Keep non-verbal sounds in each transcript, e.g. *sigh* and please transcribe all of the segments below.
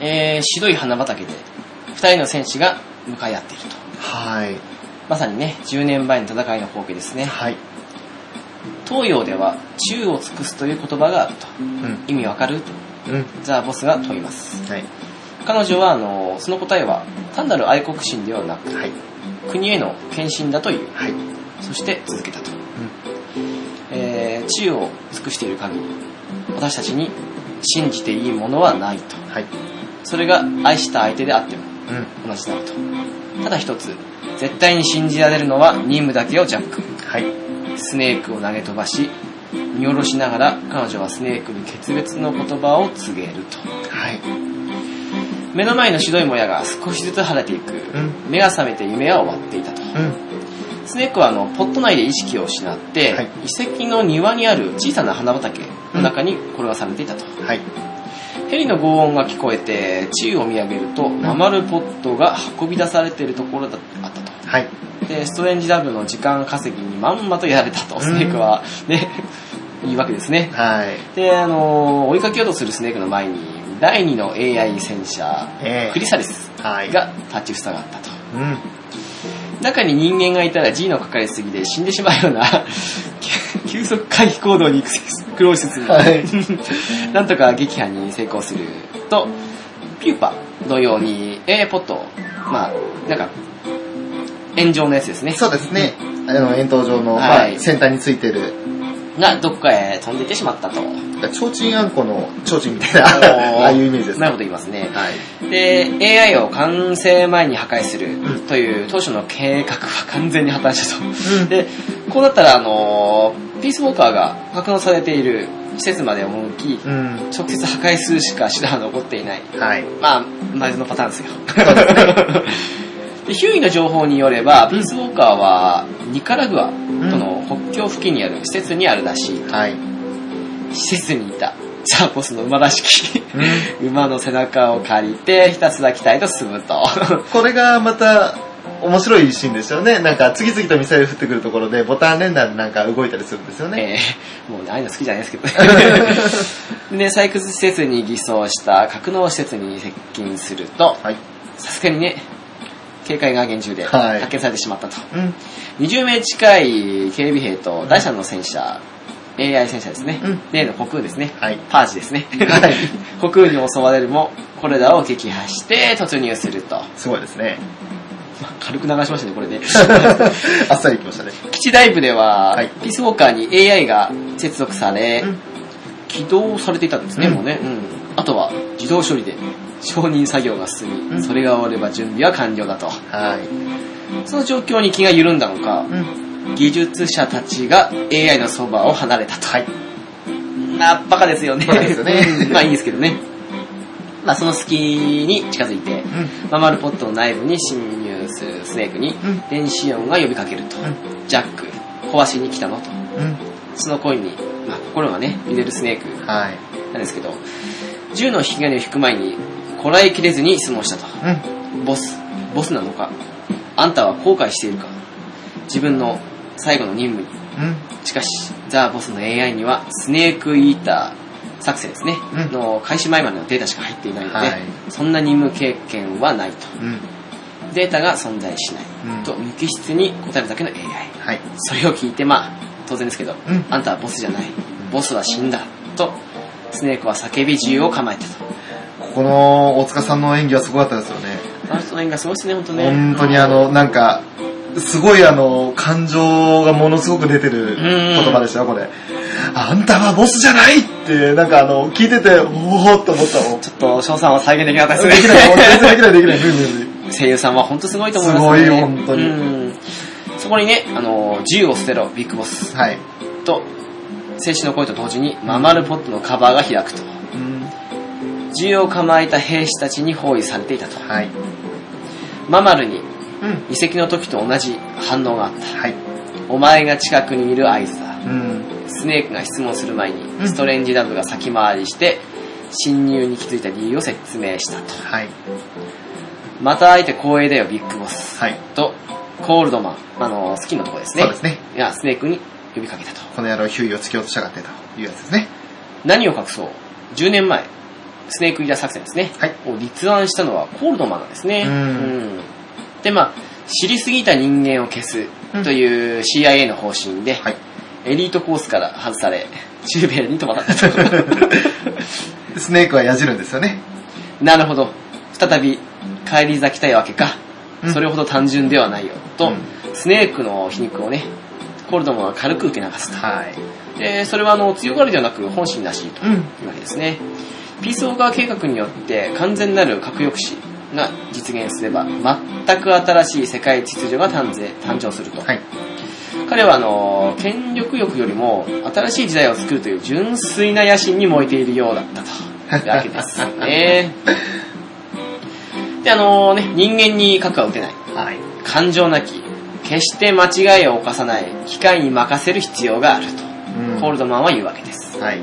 えー白い花畑で2人の戦士が向かい合っているとはい。まさにね10年前の戦いの光景ですねはい。東洋では宙を尽くすという言葉があるとうん。意味わかるとうん。ザ・ボスが問いますはい。彼女はあのその答えは単なる愛国心ではなくはい。国への献身だというはい。そして続けたと、えー地位を尽くしている限り私たちに信じていいものはないとはい。それが愛した相手であってもうん。同じだとただ一つ絶対に信じられるのは任務だけをジャックはい。スネークを投げ飛ばし見下ろしながら彼女はスネークに決別の言葉を告げるとはい。目の前の白いもやが少しずつ晴れていく、ん目が覚めて夢は終わっていたとうん。スネークはあのポット内で意識を失って、はい遺跡の庭にある小さな花畑の中に転がされていたと、はい。ヘリの轟音が聞こえて宙を見上げるとママルポットが運び出されているところだあったとはい。でストレンジラブの時間稼ぎにまんまとやられたと、スネークはね *laughs* いいわけですねはい。であのー追いかけようとするスネークの前に第2の AI 戦車えクリサリスー。はい。が立ちふさがったとうん。中に人間がいたら G のかかりすぎで死んでしまうような *laughs* 急速回避行動に苦労しつつも、はい。 *laughs* なんとか撃破に成功するとピューパのように A ポットまあなんか炎上のやつですねそうですね。あの、円筒状の、はいまあ先端についてる、がどっかへ飛んでいってしまったと提灯あんこの提灯みたいな、おーああいうイメージですなるね。ほど言いますねはい。で AI を完成前に破壊するという当初の計画は完全に破綻したとうん。で、こうなったら、あのーピースウォーカーが格納されている施設まで赴き、うん。直接破壊するしか手段は残っていない。はい。まあ、マジのパターンですよ。 *laughs* でヒューイの情報によれば、ピースウォーカーはニカラグアとの国境付近にある施設にあるらしい。はい。施設にいたザーボスの馬らしきうん。馬の背中を借りて、ひたすら北へと進むと。これがまた、面白いシーンですよね。なんか、次々とミサイル降ってくるところで、ボタン連打でなんか動いたりするんですよね。 *laughs* えーもうね、ああいうの好きじゃないです *laughs* けどね。で、採掘施設に偽装した格納施設に接近すると、はい。さすがにね、警戒が厳重ではい発見されてしまったと。うん。 20名近い警備兵と第3の戦車、AI 戦車ですね。うん例の国空ですね。はい。パージですね。 *laughs* はい。国空に襲われるも、これらを撃破して突入すると。すごいですね。軽く流しましたね、これで。あっさり来ましたね。基地ダイブでは、はいピースウォーカーに AI が接続され、うん起動されていたんですね、うんもうね、うんあとは自動処理で承認作業が進み、うんそれが終われば準備は完了だとはい。その状況に気が緩んだのかうん。技術者たちが AI のそばを離れたとはい。なバカですよねバカですよねうんまあいいんですけどねまあその隙に近づいてうん。ママルポットの内部に侵入するスネークにうん。電子音が呼びかけると、うジャック壊しに来たのとうん。その恋に、まあ、心がね、ミデルスネークはい。なんですけど、銃の引き金を引く前に、こらえきれずに質問したと。うん。ボス、ボスなのかあんたは後悔しているか自分の最後の任務に。うん。しかし、ザ・ボスの AI には、スネークイーター作戦ですね、うんの開始前までのデータしか入っていないので、はい。そんな任務経験はないと。うん。データが存在しない。うん。と、無機質に答えるだけの AI。はい。それを聞いて、まあ、当然ですけど、うん。あんたはボスじゃない。ボスは死んだ。と、スネークは叫び銃を構えてたと。ここの大塚さんの演技はすごかったですよね。あの人の演技がすごいですね、本当ね。本当にあの、なんか、すごいあの、感情がものすごく出てる言葉でしたよ、これ。あんたはボスじゃないって、なんかあの、聞いてて、おおっと思ったもん。ちょっと、翔さんは再現できなかったでできすない、全ね。然できない、できない、無理無理無理。声優さんは本当すごいと思いますね。すごい本当にうんそこにね、あの、銃を捨てろ、ビッグボス。はい。と、静止の声と同時に、ママルポットのカバーが開くと。うん。銃を構えた兵士たちに包囲されていたと。はい。ママルに、うん。遺跡の時と同じ反応があった。はい。お前が近くにいる合図だ。うん。スネークが質問する前に、んストレンジラブが先回りして、侵入に気づいた理由を説明したと。はい。また会えて光栄だよ、ビッグボス。はい。と、コールドマン、あの、スキンのとこですね。そうですね。がスネークに呼びかけたと。この野郎、ヒューイを突き落としやがってというやつですね。何を隠そう ?10 年前、スネークイーター作戦ですね。はいを立案したのはコールドマンなんですね。うんんで、まあ、知りすぎた人間を消すという CIA の方針で、はいエリートコースから外され、中米に飛ばされたと。スネークはやじるんですよね。なるほど。再び、帰り咲きたいわけかう。んそれほど単純ではないよ。と、うんスネークの皮肉をね、コールドマンは軽く受け流すはい。と。で、それはあの、強がりではなく本心らしいと。うん。というわけですね。ピースウォーカー計画によって完全なる核抑止が実現すれば、全く新しい世界秩序が誕生誕生すると。はい。彼はあの、権力欲よりも新しい時代を作るという純粋な野心に燃えているようだったというわけですね。で、あのね、人間に核は撃てない。はい。感情なき。決して間違いを犯さない機械に任せる必要があると、うんコールドマンは言うわけです。はい。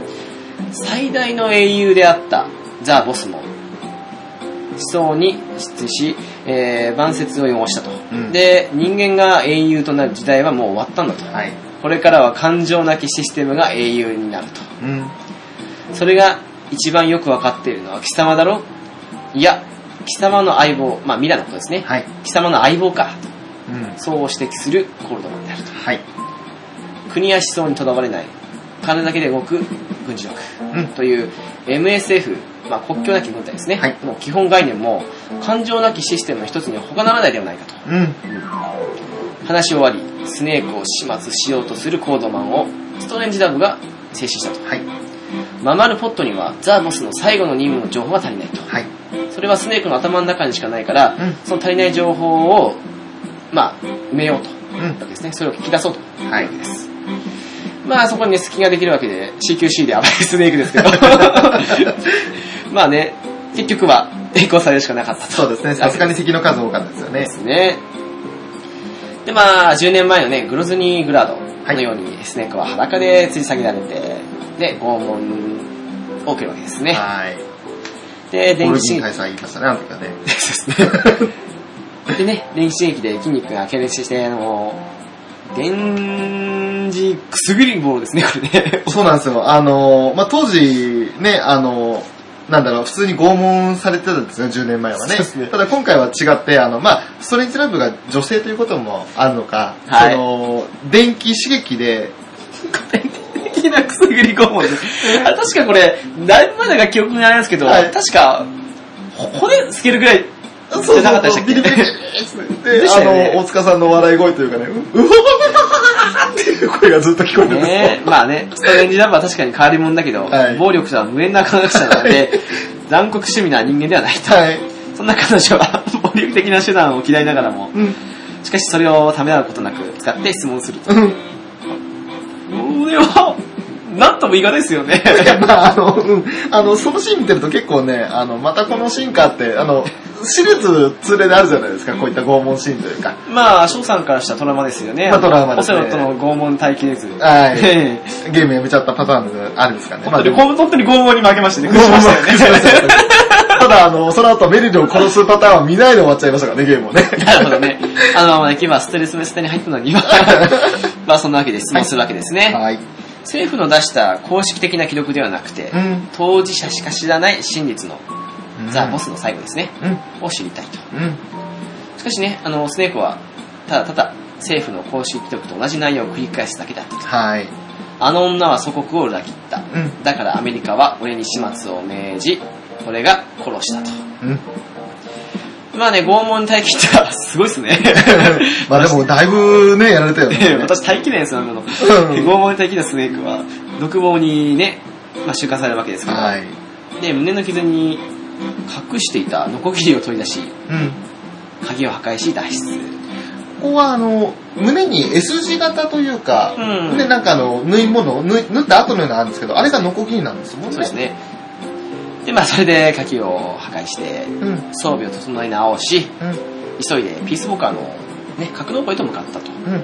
最大の英雄であったザ・ボスも思想に失墜し、えー、晩節を汚したと、うんで人間が英雄となる時代はもう終わったんだとはい。これからは感情なきシステムが英雄になるとうん。それが一番よく分かっているのは貴様だろいや貴様の相棒まあミラのことですね、はい。貴様の相棒かうん。そう指摘するコールドマンであるとはい。国や思想にとらわれない金だけで動く軍事力うん。という MSF、まあ、国境なき軍隊ですね、はいの基本概念も感情なきシステムの一つには他ならないではないかとうん。話し終わりスネークを始末しようとするコードマンをストレンジダブが制止したとはい。ママルポットにはザーボスの最後の任務の情報が足りないとはい。それはスネークの頭の中にしかないから、うんその足りない情報をまあ埋めようといううんわ。けですねそれを聞き出そうとはい。まあそこにね、隙ができるわけで、CQC で暴れスネークですけど。 *laughs* *laughs* まあね、結局は、抵抗されるしかなかったと。そうですね。さすがに敵の数多かったですよねで。すね。で、まあ、10年前のね、グロズニーグラードのように、スネークは裸で吊り下げられて、で、拷問を受けるわけですね。はい。で、ゴー電ル気ジン刺開激催言いましたね、あの時はね。でね、電気刺激で筋肉が痙攣して、あの、電磁くすぐり棒ですね、これね。そうなんですよ。あの、まあ、当時、ね、あの、なんだろう、普通に拷問されてたんですよ、10年前はね。そうですねただ今回は違って、あの、まあ、ストレンジラブが女性ということもあるのか、はいその、電気刺激で、的なくすぐり拷問です。あ確かこれ、だいぶ前だから記憶にないですけど、はい確か、ほ骨つけるぐらい、じゃなかったでしたっけビリビリビリででしたよねあの、大塚さんの笑い声というかね、う、うほほっていう声がずっと聞こえてます。ねえまあね、ストレンジラブは確かに変わり者だけど、はい暴力とは無縁な科学者なので、残酷趣味な人間ではないと。はい。そんな彼女は、暴力的な手段を嫌いながらも、うん。しかしそれをためらうことなく使って質問すると。うん。これは、なんとも言い難いですよね。いや、まあ、あの、うん。あの、そのシーン見てると結構ね、あの、またこのシーンかって、あの、シリーズ連れであるじゃないですか、こういった拷問シーンというか。 *laughs* まあ、翔さんからしたらトラウマですよね。まあトラウマですねオセロとの拷問耐久図。はい。ええゲームやめちゃったパターンであるんですかね。本当に、でも本当に拷問に負けましたね。苦しみま *laughs* したよね。ただ、あの、その後メリルを殺すパターンは見ないで終わっちゃいましたからね、ゲームをね。なるほどね。あの、まあ今、ストレスメスタに入ったの *laughs* に、今、まあそんなわけで質問するわけですね。はい。政府の出した公式的な記録ではなくてう、ん。当事者しか知らない真実のザ・ボス。スの最後ですね、うん。を知りたいと。うん。しかしね、あの、スネークは、ただただ政府の公式記録と同じ内容を繰り返すだけだったと。はい。あの女は祖国を裏切った。うん。だからアメリカは俺に始末を命じ、俺が殺したと。うん。 *laughs* まあね、拷問耐え切ったら、すごいっす *laughs* ね。まあでも、だいぶね、やられたよええね。私耐えきれないですよ、あんなの。うん拷問に耐えきれたスネークは、独房にね、まあ、収監されるわけですけど、はい。で、胸の傷に隠していたノコギリを取り出し、うん。鍵を破壊し脱出。ここはあの、胸に S 字型というか、うんで、なんかあの、縫い物、縫い縫った後のようなのあるんですけど、あれがノコギリなんですもんね。そうです。ね。で、まあ、それで鍵を破壊して、うん。うん。装備を整え直し、急いでピースウォーカーの、ね、格納庫へと向かったと。うん。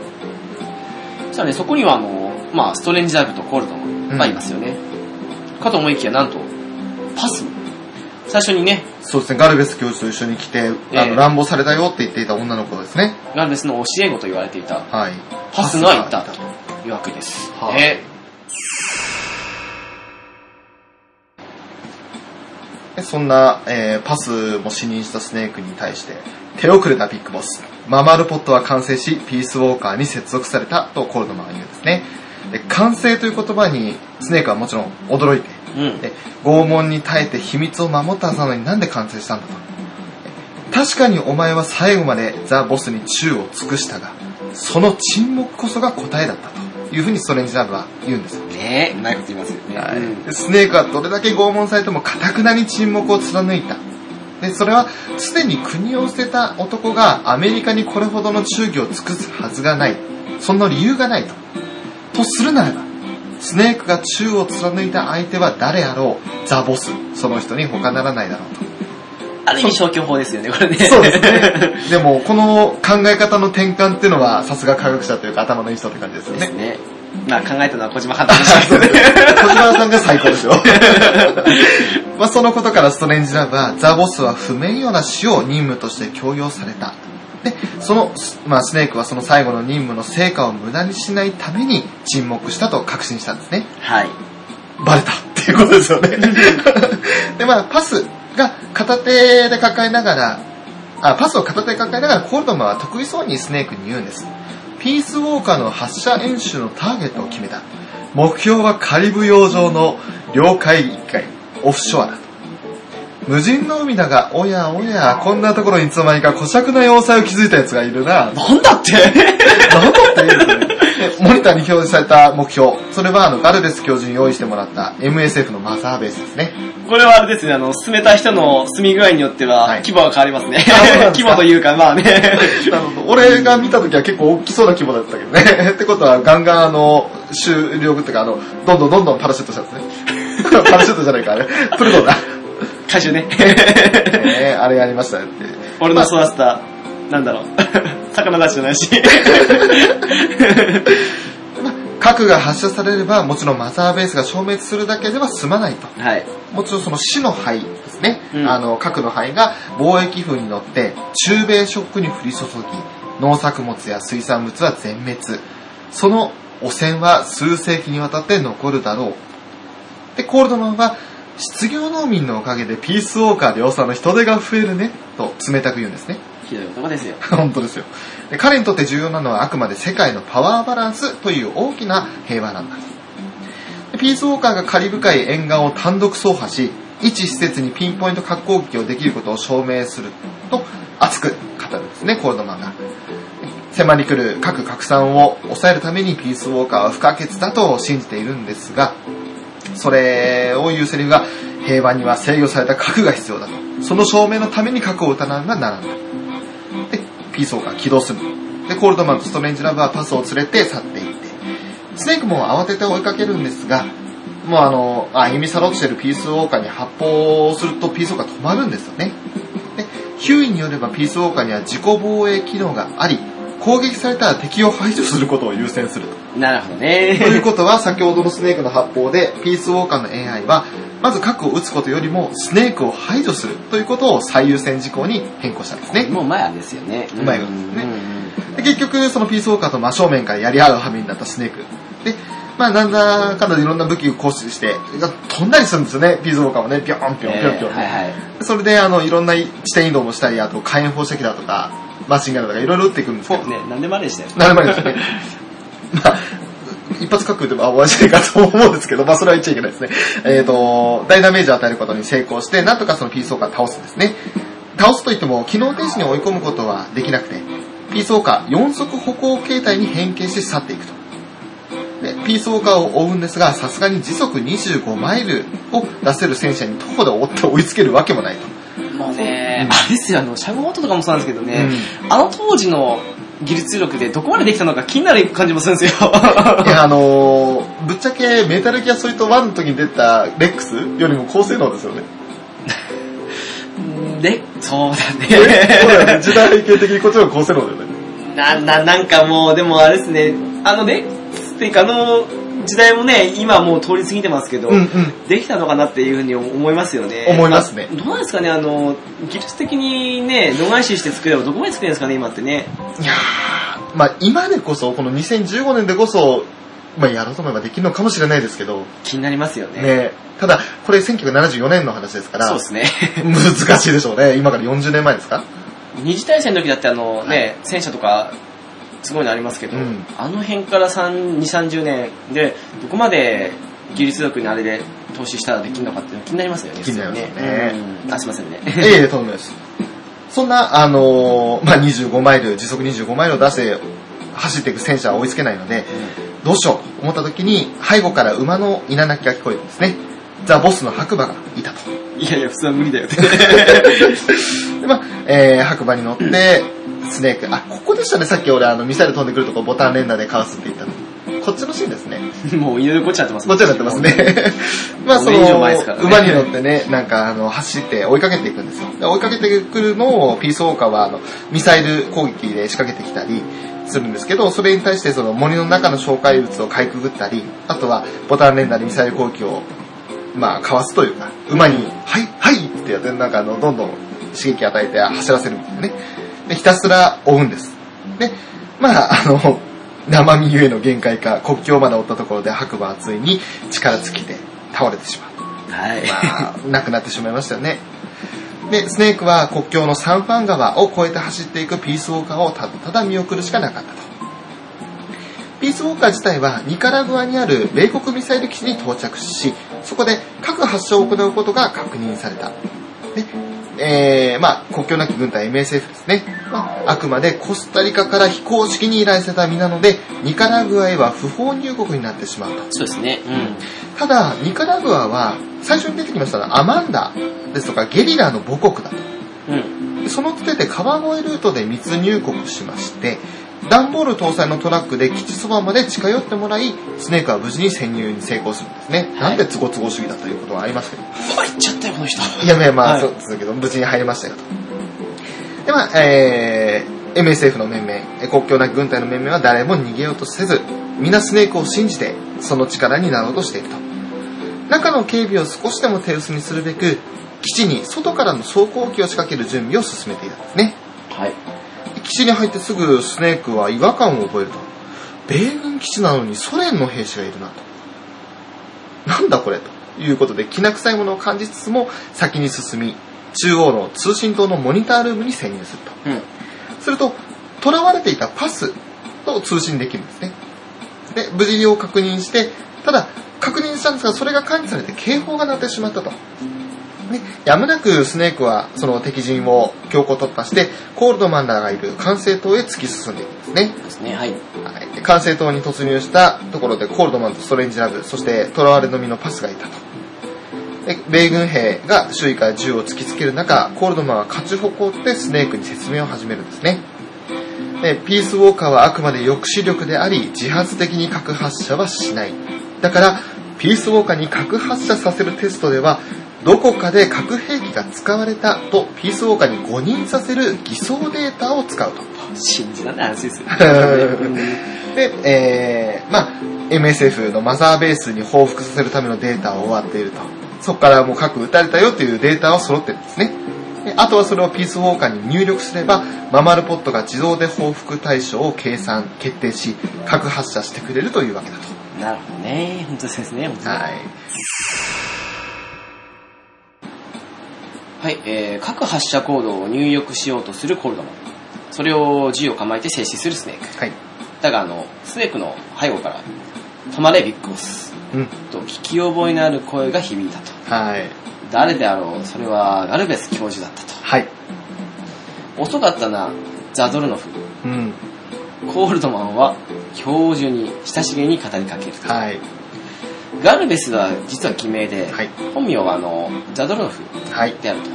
そしたらね、そこにはあの、まあ、ストレンジダークとコールドがいますよね。かと思いきや、なんと、パスも。最初にね、そうですね、ガルベス教授と一緒に来て、ええあの、乱暴されたよって言っていた女の子ですね。ガルベスの教え子と言われていたはい。パスがいたというわけです。はいえそんな、えーパスも視認したスネークに対して、手遅れたビッグボス。ママルポットは完成し、ピースウォーカーに接続されたとコールドマンは言うんですね。で完成という言葉に、スネークはもちろん驚いて、うん。え拷問に耐えて秘密を守ったはずなのになんで完成したんだと。え確かにお前は最後までザ・ボスに宙を尽くしたが、その沈黙こそが答えだったというふうにストレンジラブは言うんですよ。ねえ、うまいこと言いますよね。はいうんでスネークはどれだけ拷問されても堅くなに沈黙を貫いた。で、それは、すでに国を捨てた男がアメリカにこれほどの忠義を尽くすはずがない。そんな理由がないと。とするならば、スネークが忠を貫いた相手は誰あろう、ザボス、その人に他ならないだろうと。ある意味消去法ですよね、これね。 *laughs* そうですね。でも、この考え方の転換っていうのは、さすが科学者というか頭のいい人って感じですよ *laughs* でねす。ね。まあ考えたのは小島判断でした *laughs* けどね。小島さんが最高ですよ。まあそのことからストレンジラブは、ザ・ボスは不名誉な死を任務として強要された。で、その、まあスネークはその最後の任務の成果を無駄にしないために沈黙したと確信したんですね。はい。バレたっていうことですよね。 *laughs* で、まあパスが片手で抱えながら、あ、パスを片手で抱えながらコールドマンは得意そうにスネークに言うんです。ピースウォーカーの発射演習のターゲットを決めた。目標はカリブ洋上の領海一回、オフショアだと。無人の海だが、おやおや、こんなところにいつの間にか小尺な要塞を築いた奴がいるな。なんだってなんだっていいですね。で *laughs* モニターに表示された目標。それは、あの、ガルベス教授に用意してもらった MSF のマザーベースですね。これはあれですね、あの、進めた人の進み具合によっては、はい規模が変わりますねあそうなん。ですか *laughs* 規模というか、まあね。なるほど。俺が見た時は結構大きそうな規模だったけどね。 *laughs* ってことは、ガンガンあの、終了っていうか、あの、どんどんどんどんパラシュートしたんです *laughs* ね。パラシュートじゃないか、あれ。プルトンだ。歌手ね。 *laughs* ねえあれやりましたねって。俺の育てた、なんだろう。 *laughs* 魚たちじゃないし。核が発射されれば、もちろんマザーベースが消滅するだけでは済まないと。はい。もちろんその死の灰ですね。うんあの、核の灰が貿易風に乗って、中米諸国に降り注ぎ、農作物や水産物は全滅。その汚染は数世紀にわたって残るだろう。で、コールドマンは、失業農民のおかげでピースウォーカーで量産の人手が増えるね、と冷たく言うんですね。ひどい男ですよ。 *laughs* 本当ですよで。彼にとって重要なのはあくまで世界のパワーバランスという大きな平和なんだ。でピースウォーカーがカリブ海沿岸を単独走破し、一施設にピンポイント核攻撃をできることを証明すると熱く語るんですね、コールドマンが。迫り来る核拡散を抑えるためにピースウォーカーは不可欠だと信じているんですが、それを言うセリフが、平和には制御された核が必要だと。その証明のために核を撃たなければならない。で、ピースウォーカー起動する。で、コールドマンとストレンジラブはパスを連れて去っていって、スネークも慌てて追いかけるんですが、もうあの、歩みさろうとしてるピースウォーカーに発砲をするとピースウォーカー止まるんですよね。で、ヒューイによればピースウォーカーには自己防衛機能があり、攻撃されたら敵を排除することを優先すると。 *laughs* なるほどとい *laughs* うね。ことは、先ほどのスネークの発砲で、ピースウォーカーの AI は、まず核を撃つことよりも、スネークを排除するということを最優先事項に変更したんですね。もう前ですよね。うまいことですねうんうんで結局、そのピースウォーカーと真正面からやり合う羽目になったスネーク。で、まあ、なんだかんだでいろんな武器を行使して、飛んだりするんですよね、ピースウォーカーもね、ぴょんぴょんぴょんぴょん。えーはいはい。それで、あの、いろんな地点移動もしたり、あと火炎放射器だとか、マシンガンだとか、いろいろ撃っていくるんですけど、ね、なんでもあれでしたよ。なるまでですね。 *laughs* まあ、一発核でも終わりじゃないかと思うんですけど、まあそれは言っちゃいけないですね。えっ、と、大ダメージを与えることに成功して、なんとかそのピースウォーカーを倒すんですね。倒すといっても、機能停止に追い込むことはできなくて、ピースウォーカー4足歩行形態に変形して去っていくと。で、ピースウォーカーを追うんですが、さすがに時速25マイルを出せる戦車に徒歩で追って追いつけるわけもないと。 *laughs* もうね、うんあれですよ、あの、シャグオートとかもそうなんですけどね、あの当時の技術力でどこまでできたのか気になる感じもするんです *laughs* よ。いや、あのー、ぶっちゃけメタルギアソリッド1の時に出たレックスよりも高性能ですよね。で、そうだそうだよね。ね時代背景的にこっちの方が高性能だよね。な、な、なんかもう、でもあれですね、あのね、っていうかあの、時代もね、今もう通り過ぎてますけど、うんうん。できたのかなっていうふうに思いますよね。思いますねあどうなんですかね、あの、技術的にね、度外視して作ればどこまで作れるんですかね、今ってね。いやー、まあ今でこそ、この2015年でこそ、まあ、やろうと思えばできるのかもしれないですけど、気になりますよね。ね、ただ、これ1974年の話ですから、そうですね。 *laughs* 難しいでしょうね。今から40年前ですか二次大戦の時だってあのね、はい戦車とか、すごいのありますけど、うんあの辺から3、2、30年で、どこまで技術力にあれで投資したらできるのかっていうの気になりますよね。気になりますよねうんあ、すいませんね。 *laughs* ええ、と思います。そんな、あのーまあ、25マイル、時速25マイルを出して走っていく戦車は追いつけないので、どうしようと思った時に、背後から馬の稲鳴きが聞こえるんですね。ザ・ボスの白馬がいたと。いやいや、普通は無理だよって。 *laughs* で、まあ、えー、白馬に乗って、スネーク、あ、ここでしたね、さっき俺あの、ミサイル飛んでくるとこボタン連打でかわすって言ったの。こっちのシーンですね。もういろいろこっちゃってますもちろんやってま *laughs* す。ね。まあそこれ以の、上前ですからね馬に乗ってね、なんかあの、走って追いかけていくんですよ。で追いかけてくるのをピースウォーカーはあの、ミサイル攻撃で仕掛けてきたりするんですけど、それに対してその森の中の障害物をかいくぐったり、あとはボタン連打でミサイル攻撃を、まあ、かわすというか、馬に、はい、はいってやって、なんかあの、どんどん刺激与えて走らせるみたいなね。で、ひたすら追うんです。で、まあ、あの、生身ゆえの限界か、国境まで追ったところで白馬はついに力尽きて倒れてしまう。はい。まあ、亡くなってしまいましたよね。で、スネークは国境のサンファン川を越えて走っていくピースウォーカーをただただ見送るしかなかったと。ピースウォーカー自体はニカラグアにある米国ミサイル基地に到着し、そこで核発射を行うことが確認された。で、えー、まあ、国境なき軍隊 MSF ですね。まあ、あくまでコスタリカから非公式に依頼された身なので、ニカラグアへは不法入国になってしまうと。そうですね。うただ、ニカラグアは、最初に出てきましたのはアマンダですとかゲリラの母国だん。うん。と。そのつてで川越ルートで密入国しまして、段ボール搭載のトラックで基地そばまで近寄ってもらい、スネークは無事に潜入に成功するんですね。いなんで都合都合主義だということはありますけど。入っちゃったよ、この人。いやいや、まあ、はいそうですけど、無事に入りましたよと。で、まあ、えー、MSF の面々、え国境なき軍隊の面々は誰も逃げようとせず、皆スネークを信じて、その力になろうとしていると。中の警備を少しでも手薄にするべく、基地に外からの走行機を仕掛ける準備を進めていたんですね。はい。基地に入ってすぐスネークは違和感を覚えると。米軍基地なのにソ連の兵士がいるなと。なんだこれということで、きな臭いものを感じつつも先に進み、中央の通信塔のモニタールームに潜入すると。うん。すると、囚われていたパスと通信できるんですね。で、無事を確認して、ただ、確認したんですが、それが管理されて警報が鳴ってしまったと。で、やむなくスネークは、その敵陣を強行突破して、コールドマンらがいる管制塔へ突き進んでいくんですね。そうですね。はい。はいで管制塔に突入したところでコールドマンとストレンジラブそして囚われの身のパスがいたとで米軍兵が周囲から銃を突きつける中コールドマンは勝ち誇ってスネークに説明を始めるんですねでピースウォーカーはあくまで抑止力であり自発的に核発射はしないだからピースウォーカーに核発射させるテストではどこかで核兵器が使われたとピースウォーカーに誤認させる偽装データを使うと信じられない話ですよ。うんで、えー、まあ MSF のマザーベースに報復させるためのデータを終わっていると。そこからもう核撃たれたよというデータは揃ってるんですね。であとはそれをピースウォーカーに入力すれば、ママルポットが自動で報復対象を計算、決定し、核発射してくれるというわけだと。なるほどね。本当ですね。本当にはい。はい、えー、各発射行動を入力しようとするコールドマン。それを銃を構えて静止するスネーク。はい。だが、あの、スネークの背後から、止まれ、ビッグボス。うん。と、聞き覚えのある声が響いたと。はい。誰であろう、それはガルベス教授だったと。はい。遅かったな、ザドルノフ。うん。コールドマンは、教授に親しげに語りかけると。はい。ガルベスは実は偽名で、はい。本名はあの、ザドルノフはい。であると。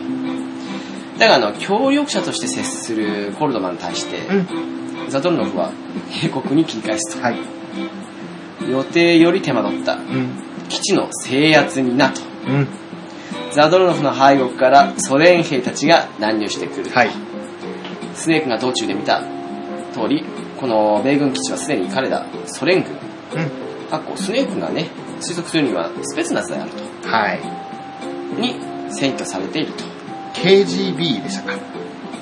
だが、あの、協力者として接するコールドマンに対して、うん。ザドルノフは英国に切り返すはい。と。予定より手間取ったうん。基地の制圧になと。うん。ザドルノフの背後からソ連兵たちが乱入してくる。はい。スネークが道中で見た通り、この米軍基地はすでに彼らソ連軍、うん。かっこスネークがね、推測するにはスペツナスであると。はい。に占拠されていると。 KGB でしたか。で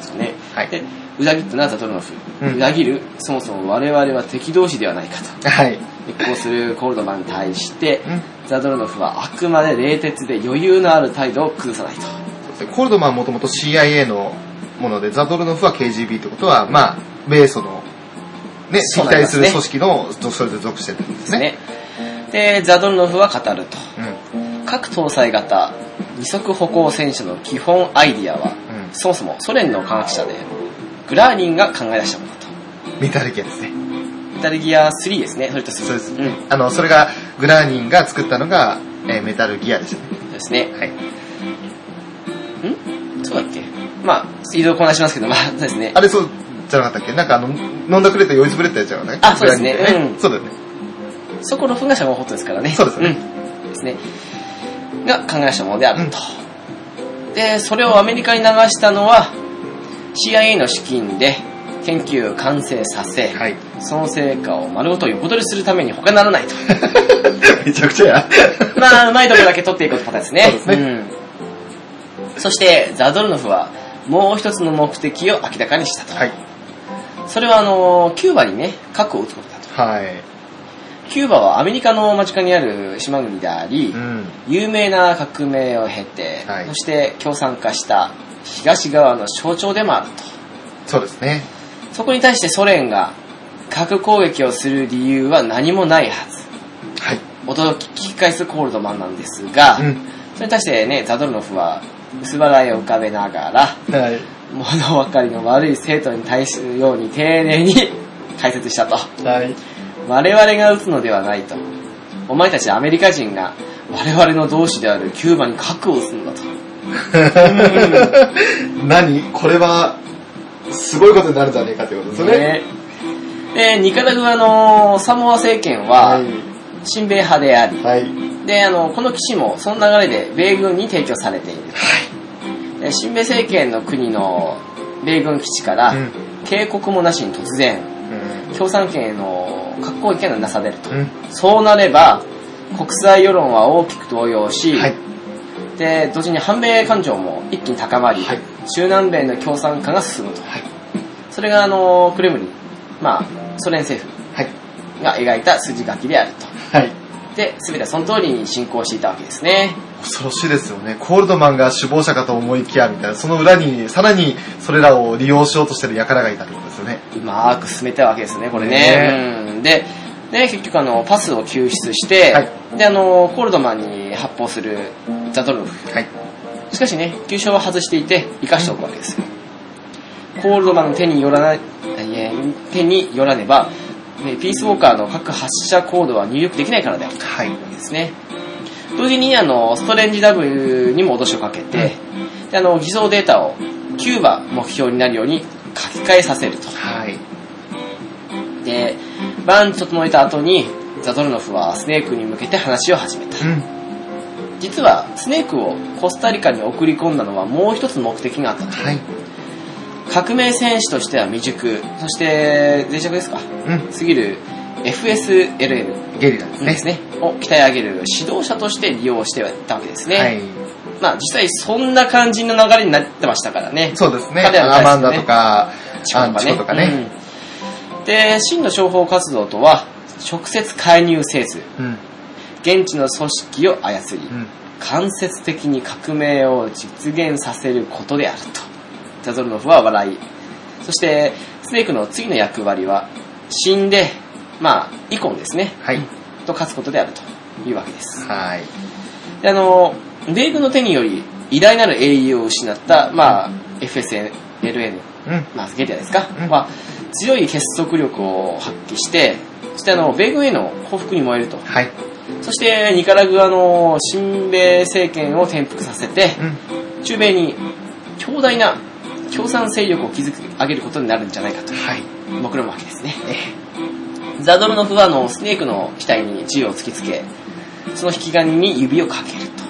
すね。はい。で、裏切ったなザドルノフ。うん裏切る、そもそも我々は敵同士ではないかと。はい。激高するコールドマンに対して、うんザドルノフはあくまで冷徹で余裕のある態度を崩さないと。でコールドマンはもともと CIA のもので、ザドルノフは KGB ってことは、まあ、米ソの、ね、そう敵なりま対すするね組織の、それぞれ属してるんですね。ね。で、ザドルノフは語ると。うん。各搭載型二足歩行戦車の基本アイディアは、うん。そもそもソ連の科学者で、グラーニンが考え出したものだと。メタルギアですね。メタルギア3ですね、それと3。そうですん。あの、それが、グラーニンが作ったのが、えーメタルギアですね。そうですね。はい。んそうだっけまあ、移動こなしますけど、まあ、そうですねあ。れ、そう、じゃなかったっけなんか、あの、飲んだくれた酔いつぶれたやつじゃないあそうですねグラーニンってうんそうだよね。そこの分がシャゴホットですからね。そうですねうん。ですね。が考え出したものであると。で、それをアメリカに流したのは、CIA の資金で研究を完成させ、はい。 *laughs* その成果を丸ごと横取りするために他ならないと。めちゃくちゃや。まあ、うまいところだけ取っていくパターンですね。そうですねうん。そして、ザドルノフは、もう一つの目的を明らかにしたと。はい。それは、あの、キューバにね、核を撃つことだと。はい。キューバはアメリカの間近にある島国であり、うん。有名な革命を経て、はいそして共産化した東側の象徴でもあると。そうですね。そこに対してソ連が核攻撃をする理由は何もないはず。はい。驚き聞き返すコールドマンなんですが、うん。それに対してね、ザドルノフは薄笑いを浮かべながら、はい。物分かりの悪い生徒に対するように丁寧に *laughs* 解説したと。はい。我々が撃つのではないと。お前たちアメリカ人が我々の同志であるキューバに核を撃つんだと。何これは、すごいことになるんじゃねえかってことですよね。ねで、ニカラグアのサモア政権ははい、親米派であり、はい。で、あの、この基地もその流れで米軍に提供されている。で親米政権の国の米軍基地から、うん警告もなしに突然、うん共産権への核攻撃がなされると。うんそうなれば、国際世論は大きく動揺し、はい。で、同時に反米感情も一気に高まり、はい中南米の共産化が進むと。はいそれが、あの、クレムリン、まあ、ソ連政はい。府が描いた筋書きであると。はい。で、すべてはその通りに進行していたわけですね。恐ろしいですよね。コールドマンが首謀者かと思いきや、みたいな。その裏に、さらにそれらを利用しようとしてる輩がいたってことですよね。うまく進めたわけですね、これね。ねうんで、で、結局あの、パスを救出して、はいで、あの、コールドマンに発砲するザトルノフ。はい。しかしね、急所は外していて、生かしておくわけですよ。コールドマンの手によらない、いや手によらねば、ねピースウォーカーの各発射コードは入力できないからだよ。はい。ですね。同時に、あの、ストレンジ W にも脅しをかけて、であの、偽造データをキューバ目標になるように書き換えさせると。はい。で、バーンと整えた後に、ザトルノフはスネークに向けて話を始めた。うん。実は、スネークをコスタリカに送り込んだのはもう一つ目的があったと。はい。革命戦士としては未熟、そして、脆弱ですかうん。すぎる FSLN ゲリラですね。ですね。を鍛え上げる指導者として利用していたわけですね。はい。まあ実際そんな感じの流れになってましたからね。そうですね。彼らのア大好きねマンダとか、アンチコねとかね。うんで、真の商法活動とは、直接介入せず、うん。現地の組織を操りう、ん。間接的に革命を実現させることであると。ザゾルノフは笑い。そして、スネークの次の役割は、死んで、まあ、イコンですね、はい。と勝つことであるというわけです。はい。で、あの、米軍の手により、偉大なる英雄を失った、まあ、FSLN、うん。まあ、ゲリラですか、うんまあ、強い結束力を発揮して、そしてあの、米軍への報復に燃えると。はい。そして、ニカラグアの新米政権を転覆させて、うん。中米に強大な共産勢力を築き上げることになるんじゃないかと、はい。目論むわけですね。ザドルノフはあの、スネークの機体に銃を突きつけ、その引き金に指をかけると。